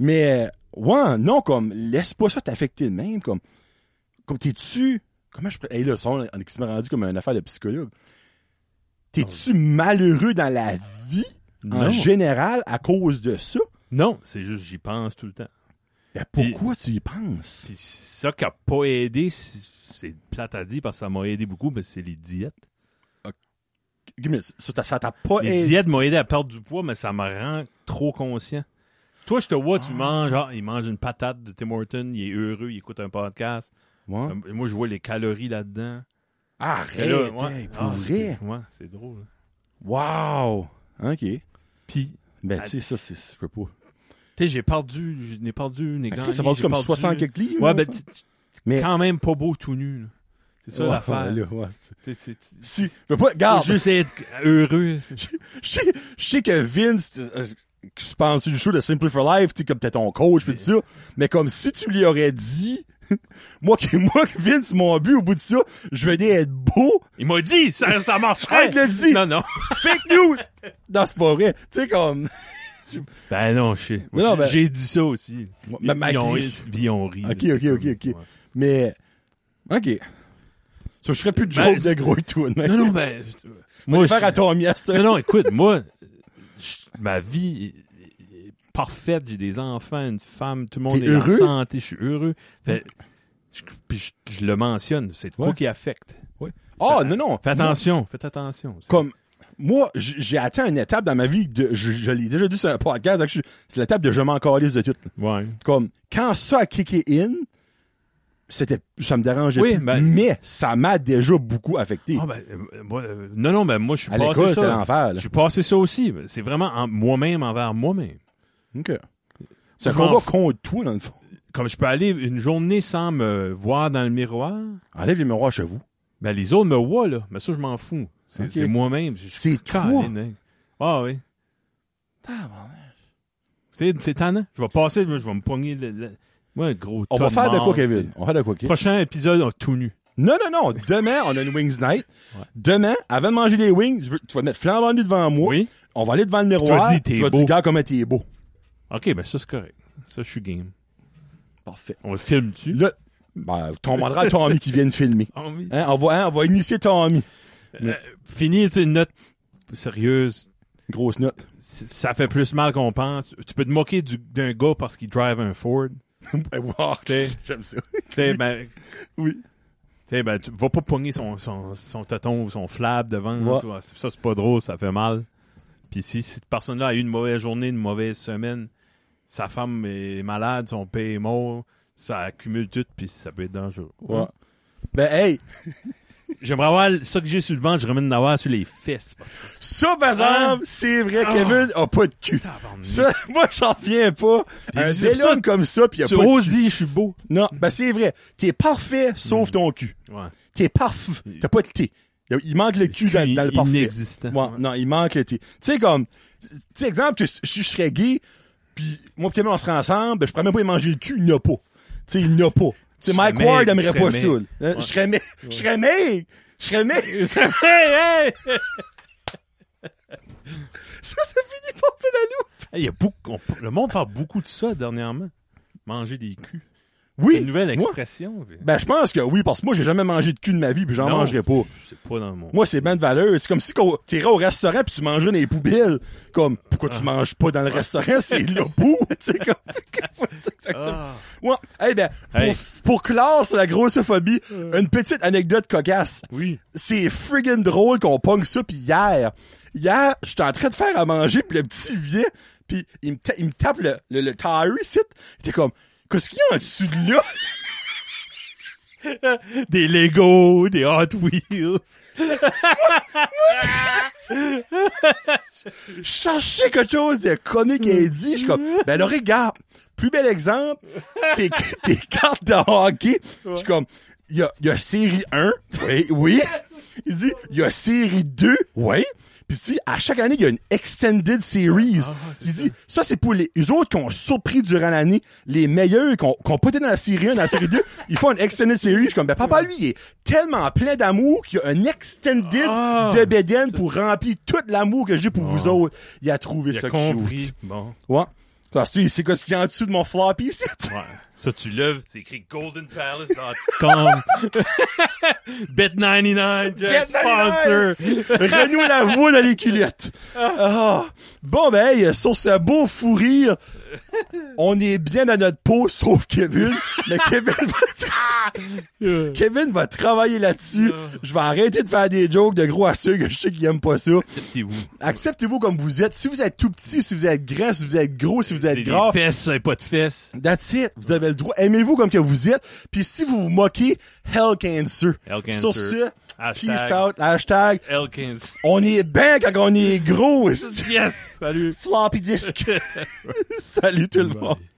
Mais, euh, ouais, non, comme, laisse pas ça t'affecter de même, comme, comme t'es-tu, comment je, pourrais- hey, là, ça, on on est quasiment rendu comme une affaire de psychologue. T'es-tu malheureux dans la vie, en Non. général, à cause de ça? Non, c'est juste, j'y pense tout le temps. Mais pourquoi tu y penses? Puis ça qui a pas aidé, c'est plate à dire parce que ça m'a aidé beaucoup, mais c'est les diètes. Give me- Ça t'a- ça t'a pas Les aidé. diètes m'ont aidé à perdre du poids, mais ça me rend trop conscient. Toi, je te vois, tu manges, ah, il mange une patate de Tim Horton, il est heureux, il écoute un podcast. Ouais. Euh, Moi, je vois les calories là-dedans. Et Arrête, là, hey, ouais. pour Ah, vrai. c'est- ouais, c'est drôle. hein. Wow! OK. Puis, Ben, Ah. tu sais, ça, c'est, je peux pas. tu sais, j'ai perdu, je n'ai perdu, je n'ai gagné. Ben, ça passe j'ai comme perdu. 60 quelques livres. Ouais, là, ben, ça. t- t- Mais- quand même pas beau tout nu. là. C'est ça Ouais, l'affaire. là, ouais, c'est- T'sais, t'sais, t'sais, Si, je veux pas, faut garde. juste être heureux. Je sais- je sais que Vince, euh, que tu penses du show de Simple for Life, tu sais, comme t'es ton coach, pis tout ça, mais comme si tu lui aurais dit, moi, que, moi, que Vince, mon but au bout de ça, je venais être beau, Il m'a dit, ça, ça marcherait. Arrête de le dire. Non, non. fake news! non, c'est pas vrai. Tu sais, comme, Ben non, je sais. Mais non, ben- J'ai dit ça aussi. Ouais, Ils, mais malgré- ils ont ri. puis ils ont ri, là, ok, c'est ok, ok, comme- ok. ouais. Mais, ok. Ça, je ferais plus de Ben, jokes de c'est- gros et tout, mais. Non, non, ben... Moi, Faire à je- ton mieste. non, non, écoute, moi, je- ma vie est- est parfaite. J'ai des enfants, une femme, tout le monde T'es est heureux? en santé. Je suis heureux. Fait- je- puis je, je le mentionne. C'est de quoi Ouais. qui affecte. Ah, non, non. Fais attention, faites attention. comme moi, j- j'ai atteint une étape dans ma vie de, je, je l'ai déjà dit sur un podcast, donc je- c'est l'étape de je m'en calisse de tout. Ouais. Comme, quand ça a kické in, c'était, ça me dérangeait Oui, plus, ben- mais ça m'a déjà beaucoup affecté. Ah, ben, euh, moi, euh, non, non, ben, moi, je suis à passé l'école, c'est ça. l'enfer, Je là. suis passé ça aussi. C'est vraiment en- moi-même envers moi-même. OK. C'est un Je m'en combat fous. contre toi, dans le fond. Comme je peux aller une journée sans me voir dans le miroir, Enlève les miroirs chez vous. ben, les autres me voient, là. Mais ça, je m'en fous. C'est Ok. c'est moi-même. Je- je- C'est toi. Caroline, hein. Ah oui. C'est c'est tannant. Je vais passer, je vais me poigner le, le- Moi, un gros On va tas faire de quoi, marde. Kevin? On va faire de quoi, Kevin? Prochain épisode, on est tout nu. Non, non, non. Demain, on a une Wings Night. Demain, avant de manger des wings, je veux- tu vas te mettre flambant nu devant moi. Oui. On va aller devant le vas miroir. dire, t'es tu vas beau. dire, gars, comment t'es beau. OK, ben ça, c'est correct. Ça, je suis game. Parfait. On le filme dessus. Ah, Là, ben, ton mandat Tommy qui vienne filmer. Hein, on, va, hein, on va initier Tommy. Euh, Fini, tu sais, une note sérieuse. Grosse note. C- Ça fait plus mal qu'on pense. Tu peux te moquer du- d'un gars parce qu'il drive un Ford. Ben, J'aime ça. T'sais, ben, Oui. t'sais, ben, tu vas pas pogner son, son, son téton ou son flab devant. Ouais. tu vois. Ça, c'est pas drôle, ça fait mal. Puis si cette personne-là a eu une mauvaise journée, une mauvaise semaine, sa femme est malade, son père est mort, ça accumule tout, puis ça peut être dangereux. Ouais. Ben, hey, J'aimerais avoir ça que j'ai sur le ventre, je remets d'avoir sur les fesses. parce que- ça, par exemple, c'est vrai, Ah. Kevin a pas de cul. Tabarnak. Ça, moi, j'en reviens pas. J'ai Un dit ça. bel homme comme ça, pis y a Tu pas de oses cul. dire, je suis beau. Non, ben, c'est vrai. T'es parfait, sauf ton cul. Ouais. T'es parfait. T'as pas de thé. Il manque le cul dans, Puis dans le parfait. Inexistant. Ouais, non, il manque le thé. Tu sais, comme, tu sais, exemple, que je, je serais gay, puis moi pis Kevin, on serait ensemble, ben, je pourrais même pas y manger le cul, il n'a pas. Tu sais, il n'a pas. Tu sais, Tu Mike serais Ward maigre, aimerait tu pas serais ça. maigre. là. Hein, Je serais maigre. Je serais maigre. Je serais maigre. ça, Hey, hey! ça finit par faire la loupe. Hey, il y a beaucoup, on- le monde parle beaucoup de ça dernièrement. Manger des culs. Oui. Une nouvelle moi, expression. puis- ben, je pense que oui, parce que moi, j'ai jamais mangé de cul de ma vie, puis j'en Non, mangerai pas. C'est pas dans mon. Moi, c'est ben de valeur. C'est comme si qu'on- t'irais au restaurant puis tu mangerais dans les poubelles. Comme, pourquoi Ah. tu manges pas dans le restaurant? C'est le bout. Tu sais, comme, c'est exactement. Ah. Ouais. Eh ben, pour, Hey. pour clore sur la grossophobie, une petite anecdote cocasse. Oui. C'est friggin' drôle qu'on pogne ça, puis hier, hier, j'étais en train de faire à manger, puis le petit vient, puis il me, ta- il me tape le, le, le tire, ici. Il était comme, qu'est-ce qu'il y a en dessous de là? Des Lego, des Hot Wheels. chercher quelque chose de comique et dit, je suis comme, ben là, regarde, plus bel exemple, tes, tes cartes de hockey, je suis comme, il y a, il y a série 1, oui, oui, il dit, il y a série 2, oui, puis tu dis, à chaque année, il y a une extended series. Ah, il dit, ça, c'est pour les, les autres qui ont surpris durant l'année, les meilleurs qui ont, qui ont pas été dans la série 1, dans la série 2, ils font une extended series. Je suis comme, ben papa, lui, il est tellement plein d'amour qu'il y a une extended Ah. de Bédienne pour remplir tout l'amour que j'ai pour vous autres. Il a trouvé Il ça a cute. compris. Bon. Ouais. Parce que tu sais quoi ce qu'il y a en dessous de mon floppy ici? Ouais. Ça, tu lèves, c'est écrit goldenpalace.com. Bet99, Get just sponsor. Renoue la voix dans les culottes. Ah. Bon, ben, hey, sur ce beau fou rire, on est bien à notre peau, sauf Kevin. Mais Kevin va, Kevin va travailler là-dessus. Je vais arrêter de faire des jokes de gros à ceux que je sais qu'ils aiment pas ça. Acceptez-vous. Acceptez-vous comme vous êtes. Si vous êtes tout petit, si vous êtes grand, si vous êtes gros, si vous êtes Des gras, des fesses, euh, pas de fesses. That's it. Vous avez le droit. Aimez-vous comme que vous êtes. Puis si vous vous moquez, hell cancer. Hell cancer. Sur ce, Hashtag. peace out. Hashtag. Elkins. On est bien quand on est gros. Yes! Salut! Floppy disk. Salut tout le monde. Bye.